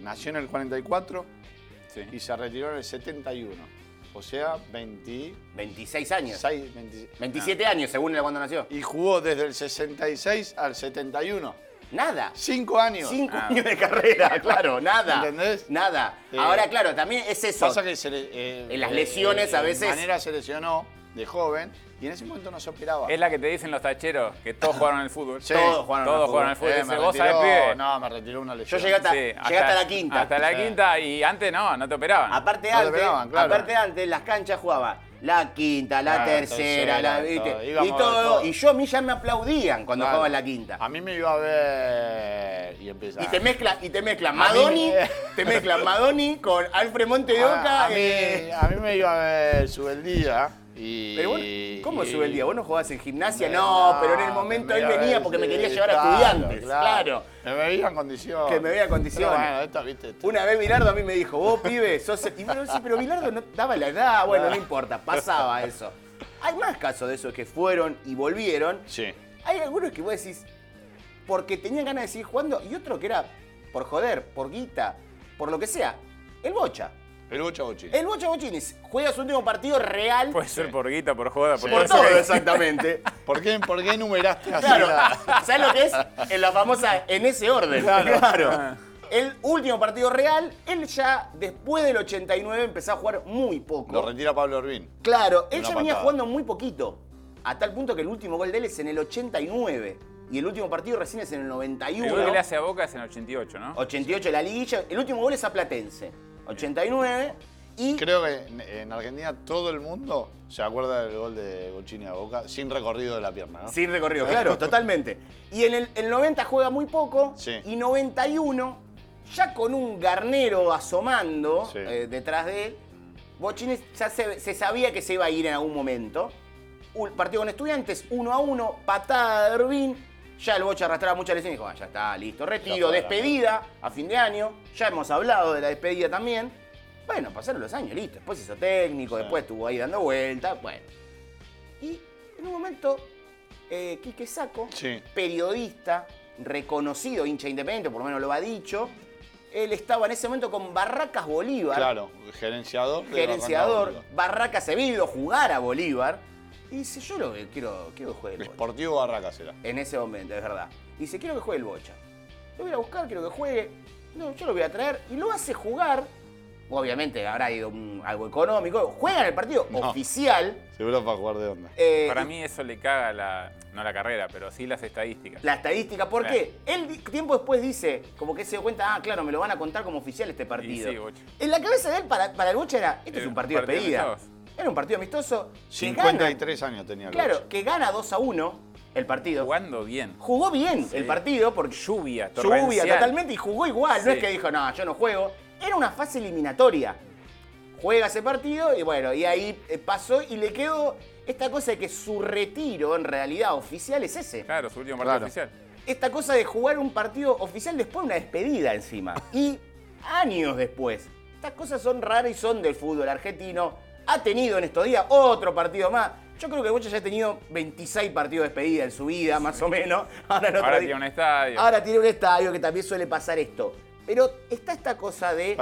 S3: nació en el 44
S2: Sí.
S3: y se retiró en el 71. O sea, 26,
S1: 26 años.
S3: 26.
S1: 27 años, según él cuando nació.
S3: Y jugó desde el 66 al 71.
S1: Nada.
S3: Cinco años.
S1: 5
S2: Nada.
S1: años de carrera, claro, nada.
S3: ¿Entendés?
S1: Nada.
S3: Eh,
S1: Ahora, claro, también es eso.
S3: Pasa que se le- eh,
S1: En las lesiones, a veces-
S3: Manera se lesionó de joven y en ese momento no se operaba.
S2: Es la que te dicen los tacheros, que todos jugaron al fútbol.
S3: Sí.
S1: Todos jugaron al
S2: Todos
S1: fútbol.
S2: jugaron al fútbol.
S3: Eh,
S2: Dice,
S3: me
S2: vos sabés,
S3: retiró-
S2: pibe.
S3: No, me retiró una lesión.
S1: Yo llegué hasta,
S2: Sí,
S1: llegué hasta la quinta.
S2: Hasta la
S3: Sí.
S2: quinta y antes no, no te operaban.
S1: Aparte
S3: No te
S1: antes,
S3: pegaban, claro.
S1: aparte antes las canchas jugaba la quinta, la
S3: La
S1: tercera,
S3: tercera,
S1: la
S3: todo.
S1: ¿viste?
S3: Íbamos
S1: y
S3: a
S1: todo,
S3: todo.
S1: y yo a mí ya me aplaudían cuando
S3: Claro. Ah,
S1: jugaba en la quinta.
S3: A mí me iba a ver y empezaba.
S1: Y te mezcla, y te mezcla
S3: mí
S1: Madoni,
S3: me-
S1: te mezcla Madoni con Alfred Monte de Oca,
S3: Ah, a, a mí,
S1: eh,
S3: a mí me iba a ver Subeldía y...
S1: Pero vos, ¿cómo
S3: y-
S1: sube el día? ¿Vos no jugabás en gimnasia?
S3: Eh,
S1: No, pero en el momento
S3: me
S1: él
S3: iba a
S1: venía
S3: ver,
S1: porque me
S3: sí,
S1: quería llevar
S3: claro,
S1: a estudiantes. Claro.
S3: Me veía en condiciones.
S1: Que me veía en condiciones.
S3: Pero bueno, esta, viste, esta-
S1: Una vez Bilardo a mí me dijo, vos pibe, sos. el-". Y yo, sí, pero Bilardo no daba la edad, bueno, no importa, pasaba eso. Hay más casos de esos que fueron y volvieron.
S3: Sí.
S1: Hay algunos que vos decís, porque tenían ganas de seguir jugando, y otro que era por joder, por guita, por lo que sea. El Bocha.
S3: El Bocha Bochi.
S1: El Bocha Bochines juega su último partido real
S3: Pues,
S2: Puede ser por guita, por joda, por,
S3: Sí.
S1: por
S2: eso
S1: todo,
S2: que-
S1: exactamente.
S3: ¿Por qué, ¿Por qué enumeraste así?
S1: Claro,
S3: la-
S1: ¿sabes lo que es? En la famosa, en ese orden. Claro.
S3: Ah.
S1: El último partido real, él ya después del 89 empezó a jugar muy poco.
S3: Lo retira Pablo Urbín.
S1: Claro, él
S3: Una
S1: ya venía
S3: patada.
S1: jugando muy poquito. A tal punto que el último gol de él es en el 89. Y el último partido recién es en el
S2: El
S1: 91.
S2: gol que le hace a Boca es en el 88, ¿no?
S1: 88 de la liguilla. El último gol es a Platense. 89. Y
S3: Creo que en, en Argentina todo el mundo se acuerda del gol de Bochini a Boca sin recorrido de la pierna, ¿no?
S1: Sin recorrido, claro, totalmente. Y en el, el 90 juega muy poco.
S3: Sí.
S1: Y 91, ya con un garnero asomando
S3: Sí.
S1: eh, detrás de él, Bochines ya se, se sabía que se iba a ir en algún momento. Un partido con estudiantes, 1 a 1, patada de Ervin. Ya el Bocha arrastraba muchas lesiones y dijo, "Ah, ya está, listo, retiro,
S3: fue,
S1: despedida a fin de año. Ya hemos hablado de la despedida también. Bueno, pasaron los años, listo. Después hizo técnico,
S3: Sí.
S1: después estuvo ahí dando vueltas, bueno. Y en un momento, eh, Quique Saco,
S3: Sí.
S1: periodista, reconocido, hincha independiente, por lo menos lo ha dicho, él estaba en ese momento con Barracas Bolívar,
S3: Claro, gerenciador. de
S1: gerenciador,
S3: Barracas
S1: Barracas había ido a jugar a Bolívar, y dice, yo lo que quiero, quiero que juegue
S3: Boca.
S1: el Bocha.
S3: Sportivo Barracas era.
S1: En ese momento, es verdad. Y dice, quiero que juegue el Bocha. Lo voy a buscar, quiero que juegue. No, yo lo voy a traer. Y lo hace jugar. Obviamente habrá ido mm, algo económico. Juega en el partido
S3: No.
S1: oficial.
S3: Seguro para jugar de onda.
S1: eh,
S2: Para mí eso le caga la, no la carrera, pero sí las estadísticas.
S1: La estadística, ¿por
S2: Claro.
S1: qué? Él di- tiempo después dice, como que se dio cuenta, ah, claro, me lo van a contar como oficial este partido.
S2: sí, Bocha.
S1: en la cabeza de él, para, para el Bocha era, este es
S2: Era
S1: un partido de pedida.
S2: amistoso.
S1: Era un partido amistoso. que
S3: 53 años
S1: gana-
S3: tenía el
S1: Claro,
S3: Bocha.
S1: que gana 2 a 1 el partido.
S2: Jugando bien.
S1: Jugó bien el partido porque
S2: Lluvia,
S1: lluvia
S2: torrencial.
S1: totalmente y jugó igual. No
S2: Sí.
S1: es que dijo, no, yo no juego. Era una fase eliminatoria. Juega ese partido y bueno, y ahí eh, pasó y le quedó esta cosa de que su retiro en realidad oficial es ese
S2: Claro, su último partido
S3: Claro.
S2: oficial.
S1: esta cosa de jugar un partido oficial después de una despedida encima. Y años después. Estas cosas son raras y son del fútbol argentino. Ha tenido en estos días otro partido más. Yo creo que Bocha ya ha tenido 26 partidos de despedida en su vida, más o menos. Ahora, en otro
S2: Ahora
S1: día-
S2: tiene un estadio.
S1: Ahora tiene un estadio que también suele pasar esto. Pero está esta cosa de...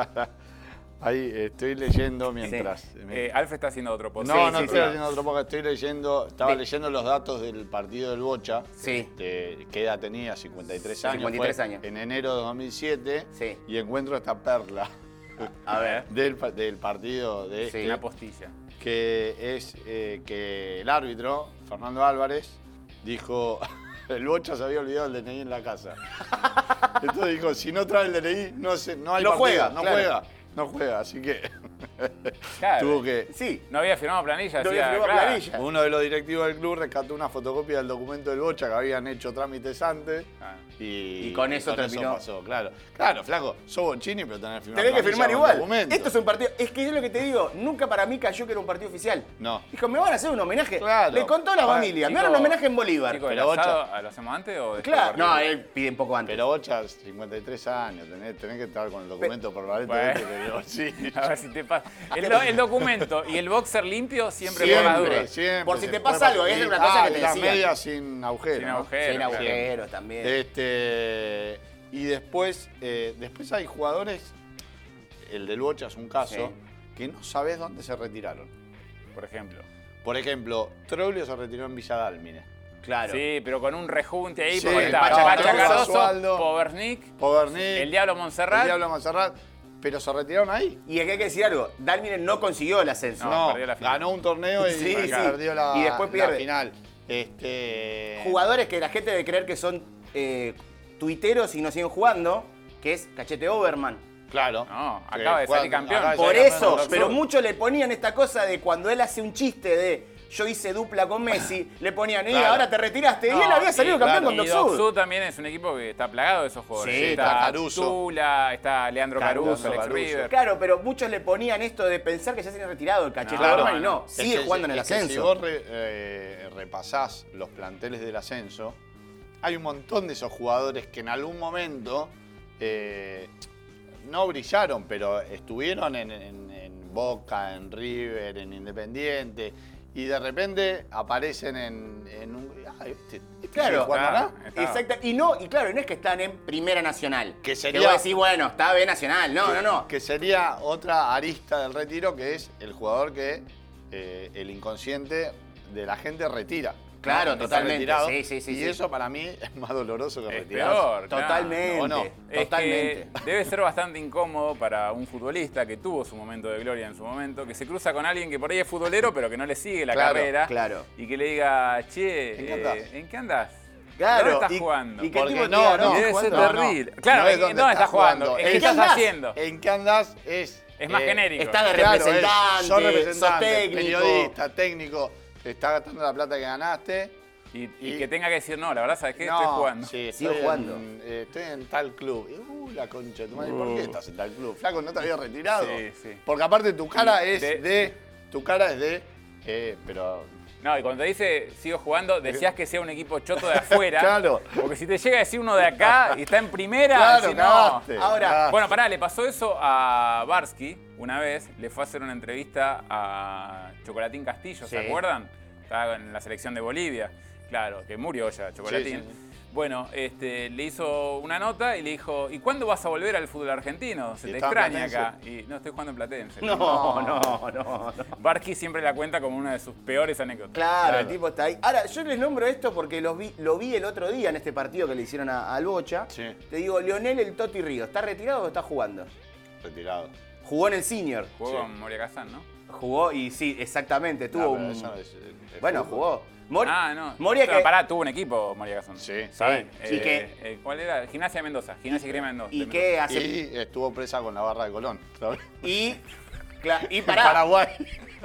S3: Ahí estoy leyendo mientras.
S2: Eh, Alfred está haciendo otro post.
S3: no, no
S1: sí,
S3: estoy
S1: sí.
S3: leyendo otro poco, estoy leyendo, estaba
S1: Sí.
S3: leyendo los datos del partido del Bocha.
S1: Sí.
S3: Este, ¿Qué edad tenía? 53 años.
S1: 53
S3: fue
S1: años.
S3: En enero de 2007.
S1: Sí.
S3: Y encuentro esta perla
S1: A ver.
S3: del, pa- del partido de
S1: Sí.
S3: este,
S2: Una postilla.
S3: que es eh, que el árbitro, Fernando Álvarez, dijo, el Bocha se había olvidado el DNI en la casa. Entonces dijo, si no trae el DNI, no, se, no hay
S1: No
S3: partido,
S1: juega,
S3: no
S1: claro.
S3: juega. no juega, así que
S2: Claro.
S3: tuvo que...
S1: Sí,
S2: No había firmado planilla,
S1: No
S2: decía,
S1: había firmado
S2: claro.
S1: planilla.
S3: Uno de los directivos del club rescató una fotocopia del documento del Bocha que habían hecho trámites antes.
S2: Ah.
S3: Y,
S1: Y con eso terminó.
S3: pasó, claro. Claro, flaco, sos Bochini, pero tenés que firmar,
S1: tenés que
S3: planilla
S1: firmar
S3: con
S1: igual.
S3: documento.
S1: Esto es un partido. Es que yo lo que te digo, nunca para mí cayó que era un partido oficial.
S3: No.
S1: Dijo, me van a hacer un homenaje.
S3: Claro.
S1: Le contó a la
S3: Bueno,
S1: familia, me
S2: Chicos,
S1: van a un homenaje en Bolívar.
S2: Chicos, ¿el
S3: Pero
S2: asado
S3: bocha.
S2: ah, lo hacemos antes o después
S1: claro.
S2: del
S1: No,
S2: partido?
S1: él pide un poco antes.
S3: Pero Bocha, 53 años, tenés, tenés que estar con el documento por la
S2: Bueno.
S3: este del bolsillo.
S2: A ver si te pasa. El, do- el documento y el boxer limpio siempre, por las
S1: Siempre,
S2: dudas.
S1: siempre. Por si
S3: se
S1: te
S3: puede
S1: pasa
S3: pasar.
S1: algo, es una
S3: Y-
S1: cosa
S3: ah,
S1: que te
S3: y las
S1: decían.
S3: medias sin agujero.
S2: Sin
S3: ¿no?
S2: agujero.
S1: Sin
S2: claro.
S1: agujeros también.
S3: Este, y después, eh, después hay jugadores, el del Bocha es un caso, que no sabes dónde se retiraron.
S2: Por ejemplo.
S3: Por ejemplo, Troglio se retiró en Villa Dálmine.
S1: Claro.
S2: Sí, pero con un rejunte ahí,
S3: Sí,
S2: porque
S1: el
S2: está
S1: Pacha
S2: Pacha
S1: Cardoso,
S2: Cardoso,
S3: Osvaldo.
S2: Povernik,
S3: Povernick,
S2: el Diablo Monserrat.
S3: el Diablo Monserrat, pero se retiraron ahí.
S1: Y aquí hay que decir algo, Darwin no consiguió el ascenso.
S2: No,
S3: No,
S2: perdió la final.
S3: ganó un torneo y
S1: Sí,
S3: y
S1: sí.
S3: perdió la,
S1: Y después
S3: la
S1: pierde.
S3: final. Este,
S1: Jugadores que la gente debe creer que son eh, tuiteros y no siguen jugando, que es Cachete Overman.
S3: Claro.
S2: No,
S3: Que
S2: acaba de
S3: juega-
S2: salir campeón.
S3: acaba de
S1: Por
S3: salir campeón
S1: eso,
S3: del
S1: pero
S3: sur.
S1: muchos le ponían esta cosa de cuando él hace un chiste de yo hice dupla con Messi, le ponían, y
S3: Claro.
S1: ahora te retiraste. y
S2: No,
S1: él había
S2: sí,
S1: salido campeón
S2: Y
S1: con Doc
S2: Doxud
S1: Sud.
S2: también es un equipo que está plagado de esos jugadores.
S3: Sí,
S2: está
S3: está Caruso.
S2: Tula, está Leandro Caruso,
S1: Caruso,
S2: Alex
S3: Caruso.
S2: River.
S1: Claro, pero muchos le ponían esto de pensar que ya se había retirado el Cachete
S2: No,
S1: Overman y
S2: no,
S1: no,
S2: no.
S1: sigue
S3: Es que-
S1: jugando en el
S3: es que
S1: ascenso.
S3: Si vos re- eh, repasás los planteles del ascenso, hay un montón de esos jugadores que en algún momento eh, no brillaron, pero estuvieron en, en- en Boca, en River, en Independiente, y de repente aparecen en, en un. Ah, este, este sigue
S1: Claro, ah,
S3: jugando
S2: claro.
S3: acá.
S2: Está.
S1: exacto. Y no, y claro, y no es que están en Primera Nacional.
S3: Que sería-
S1: vos decís, bueno, está B Nacional. No, no, no.
S3: Que sería otra arista del retiro, que es el jugador que eh, el inconsciente de la gente retira.
S1: Claro,
S3: Que está
S1: totalmente.
S3: retirado.
S1: Sí, sí, sí,
S3: Y
S1: sí.
S3: eso para mí es más doloroso que
S2: Es
S3: retirarse.
S2: peor, claro.
S1: Totalmente.
S3: No, no.
S2: Es que
S1: Totalmente.
S2: Este, debe ser bastante incómodo para un futbolista que tuvo su momento de gloria en su momento, que se cruza con alguien que por ahí es futbolero, pero que no le sigue la
S3: Claro,
S2: carrera.
S1: claro.
S2: Y que le diga, che,
S3: ¿En qué andás?
S2: eh, ¿en qué andás?
S1: Claro,
S2: ¿Dónde estás
S1: y-
S2: jugando?
S1: y que-
S3: Porque
S1: tipo te
S3: no,
S1: diga,
S3: no,
S1: ¿dónde
S2: Debe
S1: estás
S2: ser
S1: jugando?
S2: terrible. Claro,
S3: No es
S2: ¿en dónde estás jugando? ¿En qué estás
S1: andás?
S2: haciendo?
S3: ¿En qué andás? Es,
S2: Es más genérico.
S1: Estás de
S3: Claro, es,
S1: representante,
S3: sos
S1: sos
S3: representante,
S1: técnico.
S3: periodista, técnico. Te estás gastando la plata que ganaste.
S2: Y, y
S3: y-
S2: que tenga que decir, no, la verdad, ¿sabes qué?
S3: No,
S2: Estoy jugando.
S3: sí,
S1: Sigo
S3: estoy
S1: jugando.
S3: en- eh, estoy en tal club. Y, Uh, la concha de tu madre. ¿Por qué estás en tal club? Flaco, no te había retirado.
S2: Uh. Sí, sí.
S3: Porque aparte tu cara es
S2: De-
S3: de. tu cara es de. eh, pero.
S2: No, y cuando te dice sigo jugando, decías que sea un equipo choto de afuera.
S3: Claro.
S2: Porque si te llega a decir uno de acá y está en primera,
S3: Claro,
S2: decís,
S3: cagaste,
S2: no.
S1: Ahora,
S3: cagaste.
S2: Bueno, pará, le pasó eso a Barsky una vez, le fue a hacer una entrevista a Chocolatín Castillo, ¿se
S1: Sí.
S2: acuerdan? Estaba en la selección de Bolivia, claro, que murió ya Chocolatín.
S3: Sí, sí,
S2: Bueno, este, le hizo una nota y le dijo, ¿y cuándo vas a volver al fútbol argentino? Se
S3: Y
S2: te
S3: estaba en
S2: extraña acá.
S3: Platense.
S2: Y no, estoy jugando en Platense.
S1: No, no, no, no.
S2: Barsky siempre la cuenta como una de sus peores anécdotas.
S1: Claro,
S3: Claro.
S1: el tipo está ahí. Ahora, yo les nombro esto porque los vi- lo vi el otro día en este partido que le hicieron a, al Bocha.
S3: Sí.
S1: Te digo, Leonel el Toti Río, ¿está retirado o está jugando?
S3: Retirado.
S1: Jugó en el senior.
S2: Jugó
S3: Sí.
S2: con Moria Kazan, ¿no?
S1: Jugó y sí, exactamente,
S3: No,
S1: tuvo
S3: pero
S1: un-
S3: eso no es- eh, es
S1: Bueno,
S3: fútbol.
S1: jugó. Mor-
S2: ah, no.
S1: Moria
S2: Pero
S1: que-
S2: pará, tuvo un equipo Moria Gazón.
S3: Sí.
S2: ¿Saben?
S1: Sí,
S2: Eh,
S1: que-
S2: eh, ¿Cuál era? Gimnasia de Mendoza. Gimnasia y Grima de Mendoza.
S1: y
S2: de
S1: que hace
S3: Y estuvo presa con la barra de Colón. ¿sabes?
S1: Y, cla- y
S3: En
S1: pará.
S3: Paraguay.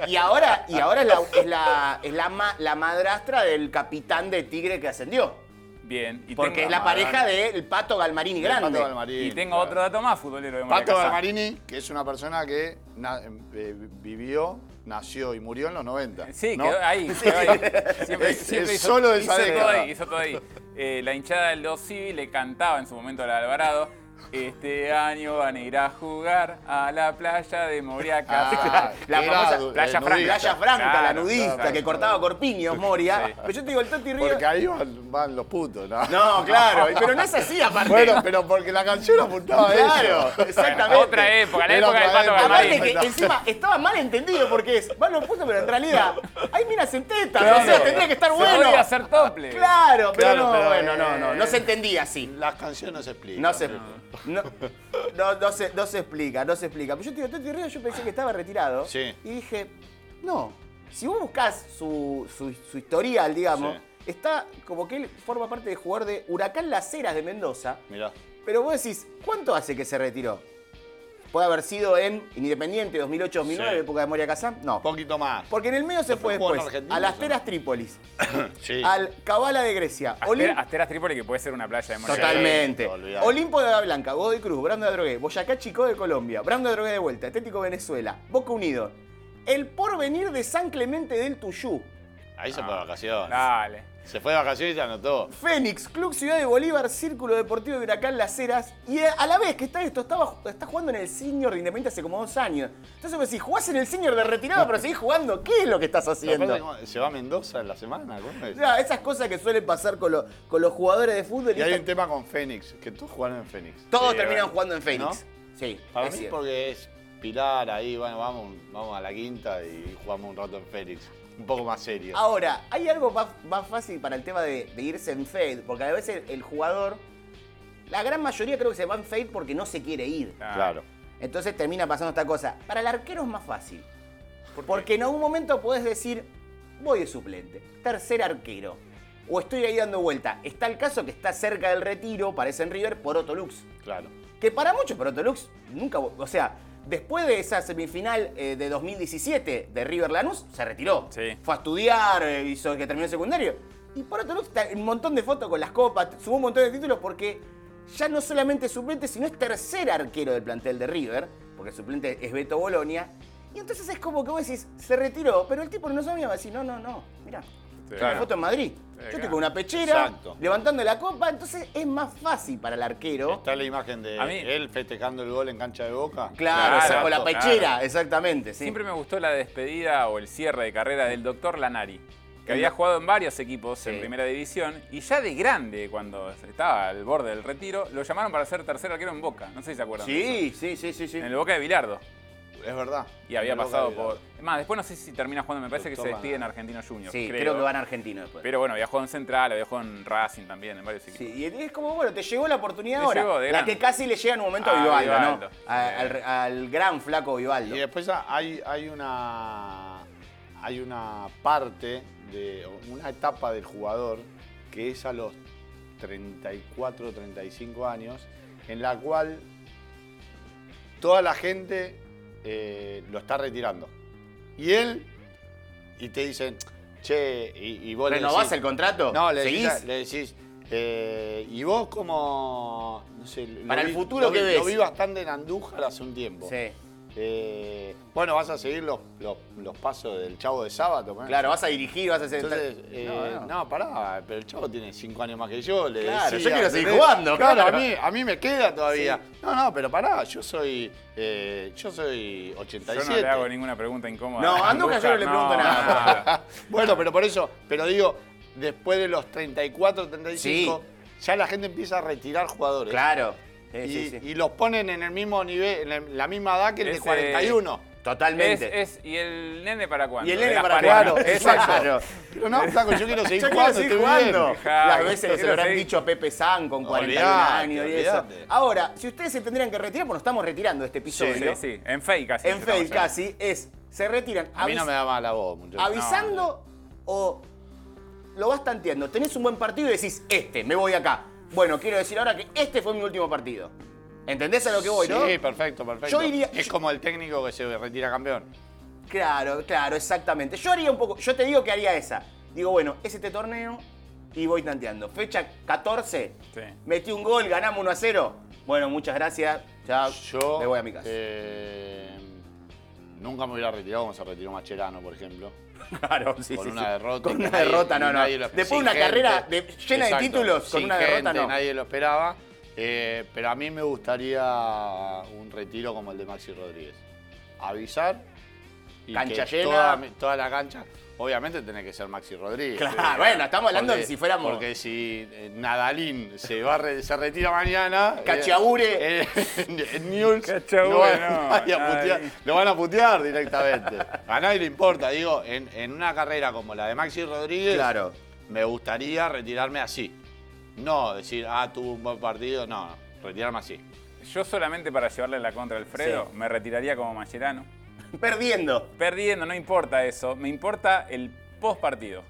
S1: Y ahora, y ahora es, la, es, la, es la, ma- la madrastra del capitán de Tigre que ascendió.
S2: Mendoza. Bien. Y
S1: Porque
S2: tengo-
S1: es la pareja del Pato Galmarini Grande.
S3: Pato Galmarini.
S2: Y tengo otro dato más futbolero de Moria
S3: Pato
S2: Kazán.
S3: Galmarini, que es una persona que na- eh, vivió, nació y murió en los 90.
S2: Sí,
S3: ¿no?
S2: quedó ahí. Quedó ahí. Siempre,
S3: Es-
S2: siempre
S3: es
S2: hizo,
S3: solo de esa
S2: hizo todo
S3: década.
S2: ahí, hizo todo ahí. Eh, la hinchada del 2 Civi le cantaba en su momento a la Alvarado. Este año van a ir a jugar a la playa de Moria Kazán.
S3: Ah,
S1: La
S3: era
S1: famosa
S3: du-
S2: Playa
S3: eh,
S2: Franca.
S1: Playa
S3: nudista.
S1: Franca, la
S2: Claro,
S1: nudista,
S2: claro,
S1: que
S2: claro.
S1: cortaba corpiños, Moria.
S2: Sí.
S1: Pero yo te digo, el Toti Río.
S3: Porque ahí van, van los putos, ¿no?
S1: No, claro, pero no es así aparte.
S3: Bueno, pero porque la canción apuntaba a eso.
S1: Claro, exactamente.
S2: Otra época, la
S3: Era
S2: época del
S3: otra
S2: Pato
S3: época.
S2: Galmarini.
S1: Aparte que encima estaba mal entendido porque es, van los putos, pero en realidad hay minas en tetas, o sea,
S3: Claro.
S1: tendría que estar
S2: Se
S1: bueno.
S2: podría hacer tople.
S1: Claro, pero
S3: Claro,
S1: no,
S3: pero,
S1: bueno, no, no, no
S3: eh,
S1: se entendía así.
S3: Las canciones no se explican.
S1: No se, no, no- no se, no se explica, no se explica. Pero yo te digo, Toti Río, yo pensé que estaba retirado.
S3: Sí.
S1: Y dije, no, si vos buscás su, su- su historial, digamos, está como que él forma parte de jugador de Huracán Las Heras de Mendoza.
S3: Mirá.
S1: Pero vos decís, ¿cuánto hace que se retiró? Puede haber sido en Independiente 2008-2009,
S3: Sí.
S1: época de Moria Kazán. No.
S3: Poquito más.
S1: Porque en el medio se fue
S3: fue jugando
S1: después
S3: Argentina,
S1: a las
S3: ¿no?
S1: Teras Trípolis,
S3: Sí.
S1: al Cabala de Grecia,
S2: Aster-
S1: Olim-
S2: Asteras Trípoli, que puede ser una playa de Moria.
S1: Totalmente.
S3: Sí, olvidate.
S1: Olimpo de Bahía Blanca, Godoy Cruz, Brando de Drogué, Boyacá Chico de Colombia, Brando de Drogué de vuelta, Estético Venezuela, Boca Unido. El porvenir de San Clemente del Tuyú,
S3: Ahí se fue de vacaciones.
S2: Dale.
S3: Se fue de vacaciones y se anotó.
S1: Fénix, Club Ciudad de Bolívar, Círculo Deportivo de Huracán Las Heras. Y eh, a la vez que está esto, estaba, está jugando en el senior de Independiente hace como dos años. Entonces, pues, si jugás en el senior de retirado, pero seguís jugando, ¿qué es lo que estás haciendo?
S3: Aparte, Se va a Mendoza en la semana. ¿cómo es?
S1: Ya, esas cosas que suelen pasar con, lo- con los jugadores de fútbol.
S3: Y hay
S1: esta-
S3: un tema con Fénix, que todos jugaron en Fénix.
S1: Todos
S3: Sí,
S1: terminan
S3: ¿verdad?
S1: jugando en Fénix.
S3: ¿No?
S1: Sí,
S3: Para
S1: es
S3: mí
S1: cierto.
S3: porque es Pilar ahí, bueno, vamos, vamos a la quinta y jugamos un rato en Fénix. Un poco más serio.
S1: Ahora, hay algo más, más fácil para el tema de, de irse en fade, porque a veces el jugador, la gran mayoría creo que se va en fade porque no se quiere ir.
S2: Ah,
S3: Claro.
S1: Entonces termina pasando esta cosa. Para el arquero es más fácil, porque en algún momento podés decir, voy de suplente, tercer arquero, o estoy ahí dando vuelta. Está el caso que está cerca del retiro, parece en River, por Otolux.
S3: Claro.
S1: Que para muchos Protolux nunca, o sea, después de esa semifinal eh, de 2017 de River Lanús, se retiró.
S2: Sí.
S1: Fue a estudiar, eh, hizo que terminó el secundario. Y Protolux está en un montón de fotos con las copas, sumó un montón de títulos porque ya no solamente es suplente, sino es tercer arquero del plantel de River, porque el suplente es Beto Bolonia. Y entonces es como que vos decís, se retiró, pero el tipo no sabía, va a decir, no, no, no, mira,
S2: claro.
S1: foto en Madrid.
S2: Sí,
S1: Yo
S2: claro.
S1: estoy con una pechera,
S3: Exacto.
S1: levantando la copa, entonces es más fácil para el arquero.
S3: Está la imagen de
S2: A mí-
S3: él festejando el gol en cancha de boca.
S1: Claro,
S2: Claro,
S1: esa- con la
S2: claro.
S1: pechera, exactamente. Sí.
S2: Siempre me gustó la despedida o el cierre de carrera del doctor Lanari, que había jugado en varios equipos en
S1: Sí.
S2: primera división y ya de grande, cuando estaba al borde del retiro, lo llamaron para ser tercer arquero en Boca. No sé si se acuerdan. de eso.
S1: sí, sí, sí, sí, sí.
S2: En el Boca de Bilardo.
S3: Es verdad.
S2: Y había
S3: El Boca
S2: pasado
S3: de
S2: por.
S3: Bilardo.
S2: Es más, después no sé si termina jugando, me parece que
S3: Doctor
S2: se despide en
S3: Lanari.
S2: Argentino Juniors.
S1: Sí, creo. que van a Argentino después.
S2: Pero bueno, había jugado en Central, había jugado en Racing también, en varios equipos.
S1: Sí, y es como, bueno, te llegó la oportunidad
S2: Te
S1: ahora.
S2: llegó de
S1: la
S2: grande.
S1: que casi le llega en un momento
S2: Ah,
S1: a Vivaldo,
S2: Vivaldo.
S1: ¿no? A- al, al gran flaco Vivaldo.
S3: Y después hay, hay una. Hay una parte de. una etapa del jugador que es a los 34, 35 años, en la cual toda la gente eh, lo está retirando. Y él. Y te dicen, che, y, y vos le
S1: ¿Renovás
S3: decís-
S1: el contrato?
S3: No, le
S1: ¿Seguís?
S3: decís, le decís, eh, y vos como, no sé, lo
S1: Para el futuro,
S3: lo
S1: ¿qué
S3: vi-
S1: ves?
S3: Lo vi bastante en Andújar hace un tiempo.
S1: Sí.
S3: Eh, bueno, vas a seguir los, los- los pasos del Chavo de Sábado, ¿no?
S1: Claro, vas a dirigir, vas a hacer.
S3: Entonces, eh,
S1: No,
S3: no,
S1: no.
S3: pará, pero el Chavo tiene cinco años más que yo, le
S1: Claro,
S3: decía,
S1: yo quiero seguir
S3: ¿entendés?
S1: jugando,
S3: Claro,
S1: claro.
S3: A, mí, a mí me queda todavía. No, no, pero pará, yo soy, eh, yo soy
S2: Yo
S3: 87.
S2: no le hago ninguna pregunta incómoda.
S1: No, a Andújar yo no le pregunto nada.
S3: Bueno, pero por eso, pero digo, después de los 34, 35, ya la gente empieza a retirar jugadores.
S1: Claro. Sí,
S3: Y,
S1: sí, sí.
S3: y los ponen en el mismo nivel, en la misma edad que el de
S2: Ese-
S3: 41.
S2: Es,
S1: Totalmente.
S2: es- ¿Y el nene para cuándo?
S1: y el
S2: De
S1: nene
S2: las
S1: para
S2: parejas.
S1: Claro,
S3: Exacto.
S1: exacto.
S3: Pero no, flaco, yo quiero seguir
S1: Yo quiero
S3: jugando.
S1: seguir
S3: estoy
S1: jugando.
S3: bien.
S2: Claro,
S1: Las veces que se
S2: quiero
S1: lo habrán
S2: seguir.
S1: dicho a Pepe San con 41
S3: Olvidate,
S1: años y eso.
S3: olvidate.
S1: Ahora, si ustedes se tendrían que retirar, porque nos estamos retirando de este episodio.
S2: Sí, sí, en fake casi.
S1: en
S2: estamos
S1: Facebook
S2: ahí.
S1: casi es se retiran
S3: A mí no
S1: avis-
S3: me da más la voz, muchachos.
S1: avisando o lo vas tanteando. Tenés un buen partido y decís, este, me voy acá. Bueno, quiero decir ahora que este fue mi último partido. ¿Entendés a lo que voy,
S3: sí,
S1: no?
S3: perfecto, perfecto.
S1: Yo diría-
S3: es como el técnico que se retira campeón.
S1: Claro, claro, exactamente. Yo haría un poco, yo te digo que haría esa. Digo, bueno, es este torneo y voy tanteando. Fecha 14,
S2: Sí.
S1: metí un gol, ganamos 1 a 0. Bueno, muchas gracias. Ya
S3: Yo
S1: me voy a mi casa.
S3: eh, nunca me hubiera retirado como se retiró Macherano, por ejemplo.
S1: Claro, sí,
S3: con
S1: sí,
S3: una
S1: sí.
S3: derrota.
S1: Con
S3: que
S1: una
S3: nadie-
S1: derrota, no, no.
S3: nadie lo-
S1: Después de
S3: sin
S1: una
S3: gente.
S1: carrera de- llena de
S3: Exacto,
S1: títulos, con
S3: sin
S1: una derrota,
S3: gente,
S1: no.
S3: Nadie lo esperaba. Eh, pero a mí me gustaría un retiro como el de Maxi Rodríguez. Avisar. y
S1: Cancha
S3: que
S1: llena.
S3: Toda, mi- toda la cancha. Obviamente tiene que ser Maxi Rodríguez.
S1: Claro, bueno, estamos hablando de si fuéramos-
S3: Porque si eh, Nadalín se, va, a re- se retira mañana. eh,
S1: Cachiaure.
S3: eh, en Newell's
S2: Cachiaure,
S3: lo van,
S2: no,
S3: nadie a
S2: Nadalín.
S3: putear. Lo van a putear directamente. A nadie le importa. Digo, en, en una carrera como la de Maxi Rodríguez,
S1: Claro.
S3: me gustaría retirarme así. No decir, ah, tuvo un buen partido. No, no, retirarme así.
S2: Yo solamente para llevarle la contra a Alfredo,
S1: Sí.
S2: me retiraría como Mascherano.
S1: Perdiendo.
S2: Perdiendo, no importa eso, me importa el post partido.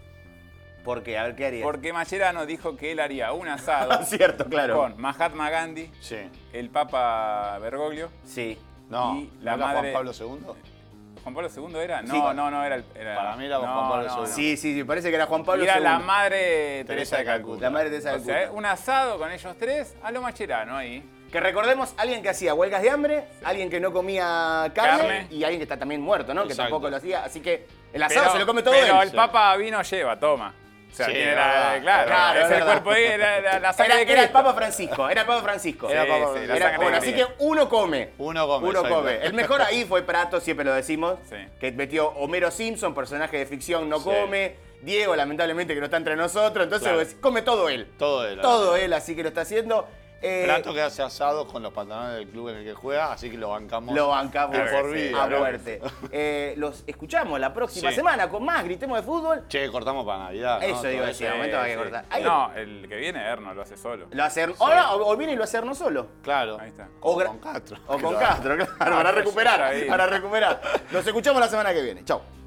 S1: ¿Por qué? A ver, ¿qué haría?
S2: Porque Mascherano dijo que él haría un asado
S1: Cierto, Ah, claro.
S2: con Mahatma Gandhi,
S3: Sí.
S2: el Papa Bergoglio
S1: Sí.
S3: No,
S2: y
S3: ¿no
S2: la
S3: era
S2: madre.
S3: Juan Pablo II.
S2: ¿Juan Pablo II era? No,
S1: Sí.
S2: no, no era el. era-
S3: Para mí era
S2: no,
S3: Juan Pablo
S2: no,
S3: II.
S2: no.
S1: Sí, sí, sí, parece que era Juan Pablo
S2: Y era
S1: II.
S2: la madre
S3: Teresa de Calcuta.
S1: La madre de esa
S2: O sea, un asado con ellos tres, a lo macherano ahí.
S1: Que recordemos, alguien que hacía huelgas de hambre, alguien que no comía carne,
S2: Carne.
S1: y alguien que está también muerto, ¿no? Que
S3: Exacto.
S1: tampoco lo hacía. Así que el asado se lo come todo
S2: pero
S1: él.
S2: el Papa vino lleva, toma. O sea,
S3: Sí,
S2: tiene
S3: es
S2: la-
S3: verdad,
S2: claro,
S3: es
S1: verdad,
S2: es
S1: es
S2: el
S1: verdad.
S2: cuerpo ahí, la, la- la sangre
S1: Era,
S2: de
S1: era el
S2: Cristo.
S1: Papa Francisco, era el Papa Francisco.
S2: Sí,
S1: Era-
S3: Papa-
S2: sí,
S3: la
S2: era-
S3: sangre
S1: bueno,
S2: de
S1: así que
S2: Cristo.
S1: uno come.
S3: Uno come,
S1: Uno
S3: exacto.
S1: come. El mejor ahí fue Prato, siempre lo decimos,
S2: Sí.
S1: que metió Homero Simpson, personaje de ficción, no
S3: Sí.
S1: come. Diego, lamentablemente, que no está entre nosotros, entonces
S3: Claro.
S1: vos decís, come todo él.
S3: Todo él.
S1: Todo él, así que lo está haciendo. Eh,
S3: Plato que hace asados con los pantalones del club en el que juega, así que lo bancamos.
S1: Lo bancamos
S3: de por
S1: sí,
S3: vida.
S1: a muerte. Eh, los escuchamos la próxima
S3: Sí.
S1: semana con más Gritemos de Fútbol.
S3: Che, cortamos para Navidad. ¿no?
S1: Eso
S3: Todo
S1: iba a decir,
S3: eso.
S1: momento va que cortar. Ahí.
S2: No, el que viene Erno lo hace solo.
S1: Lo hacer, o, no, o- o viene y lo hacernos solo.
S3: Claro.
S2: Ahí está.
S1: O
S3: O
S1: gra-
S3: con Castro.
S1: O con Castro, claro, para
S2: eso
S1: recuperar,
S2: está bien.
S1: para recuperar. Nos escuchamos la semana que viene. Chau.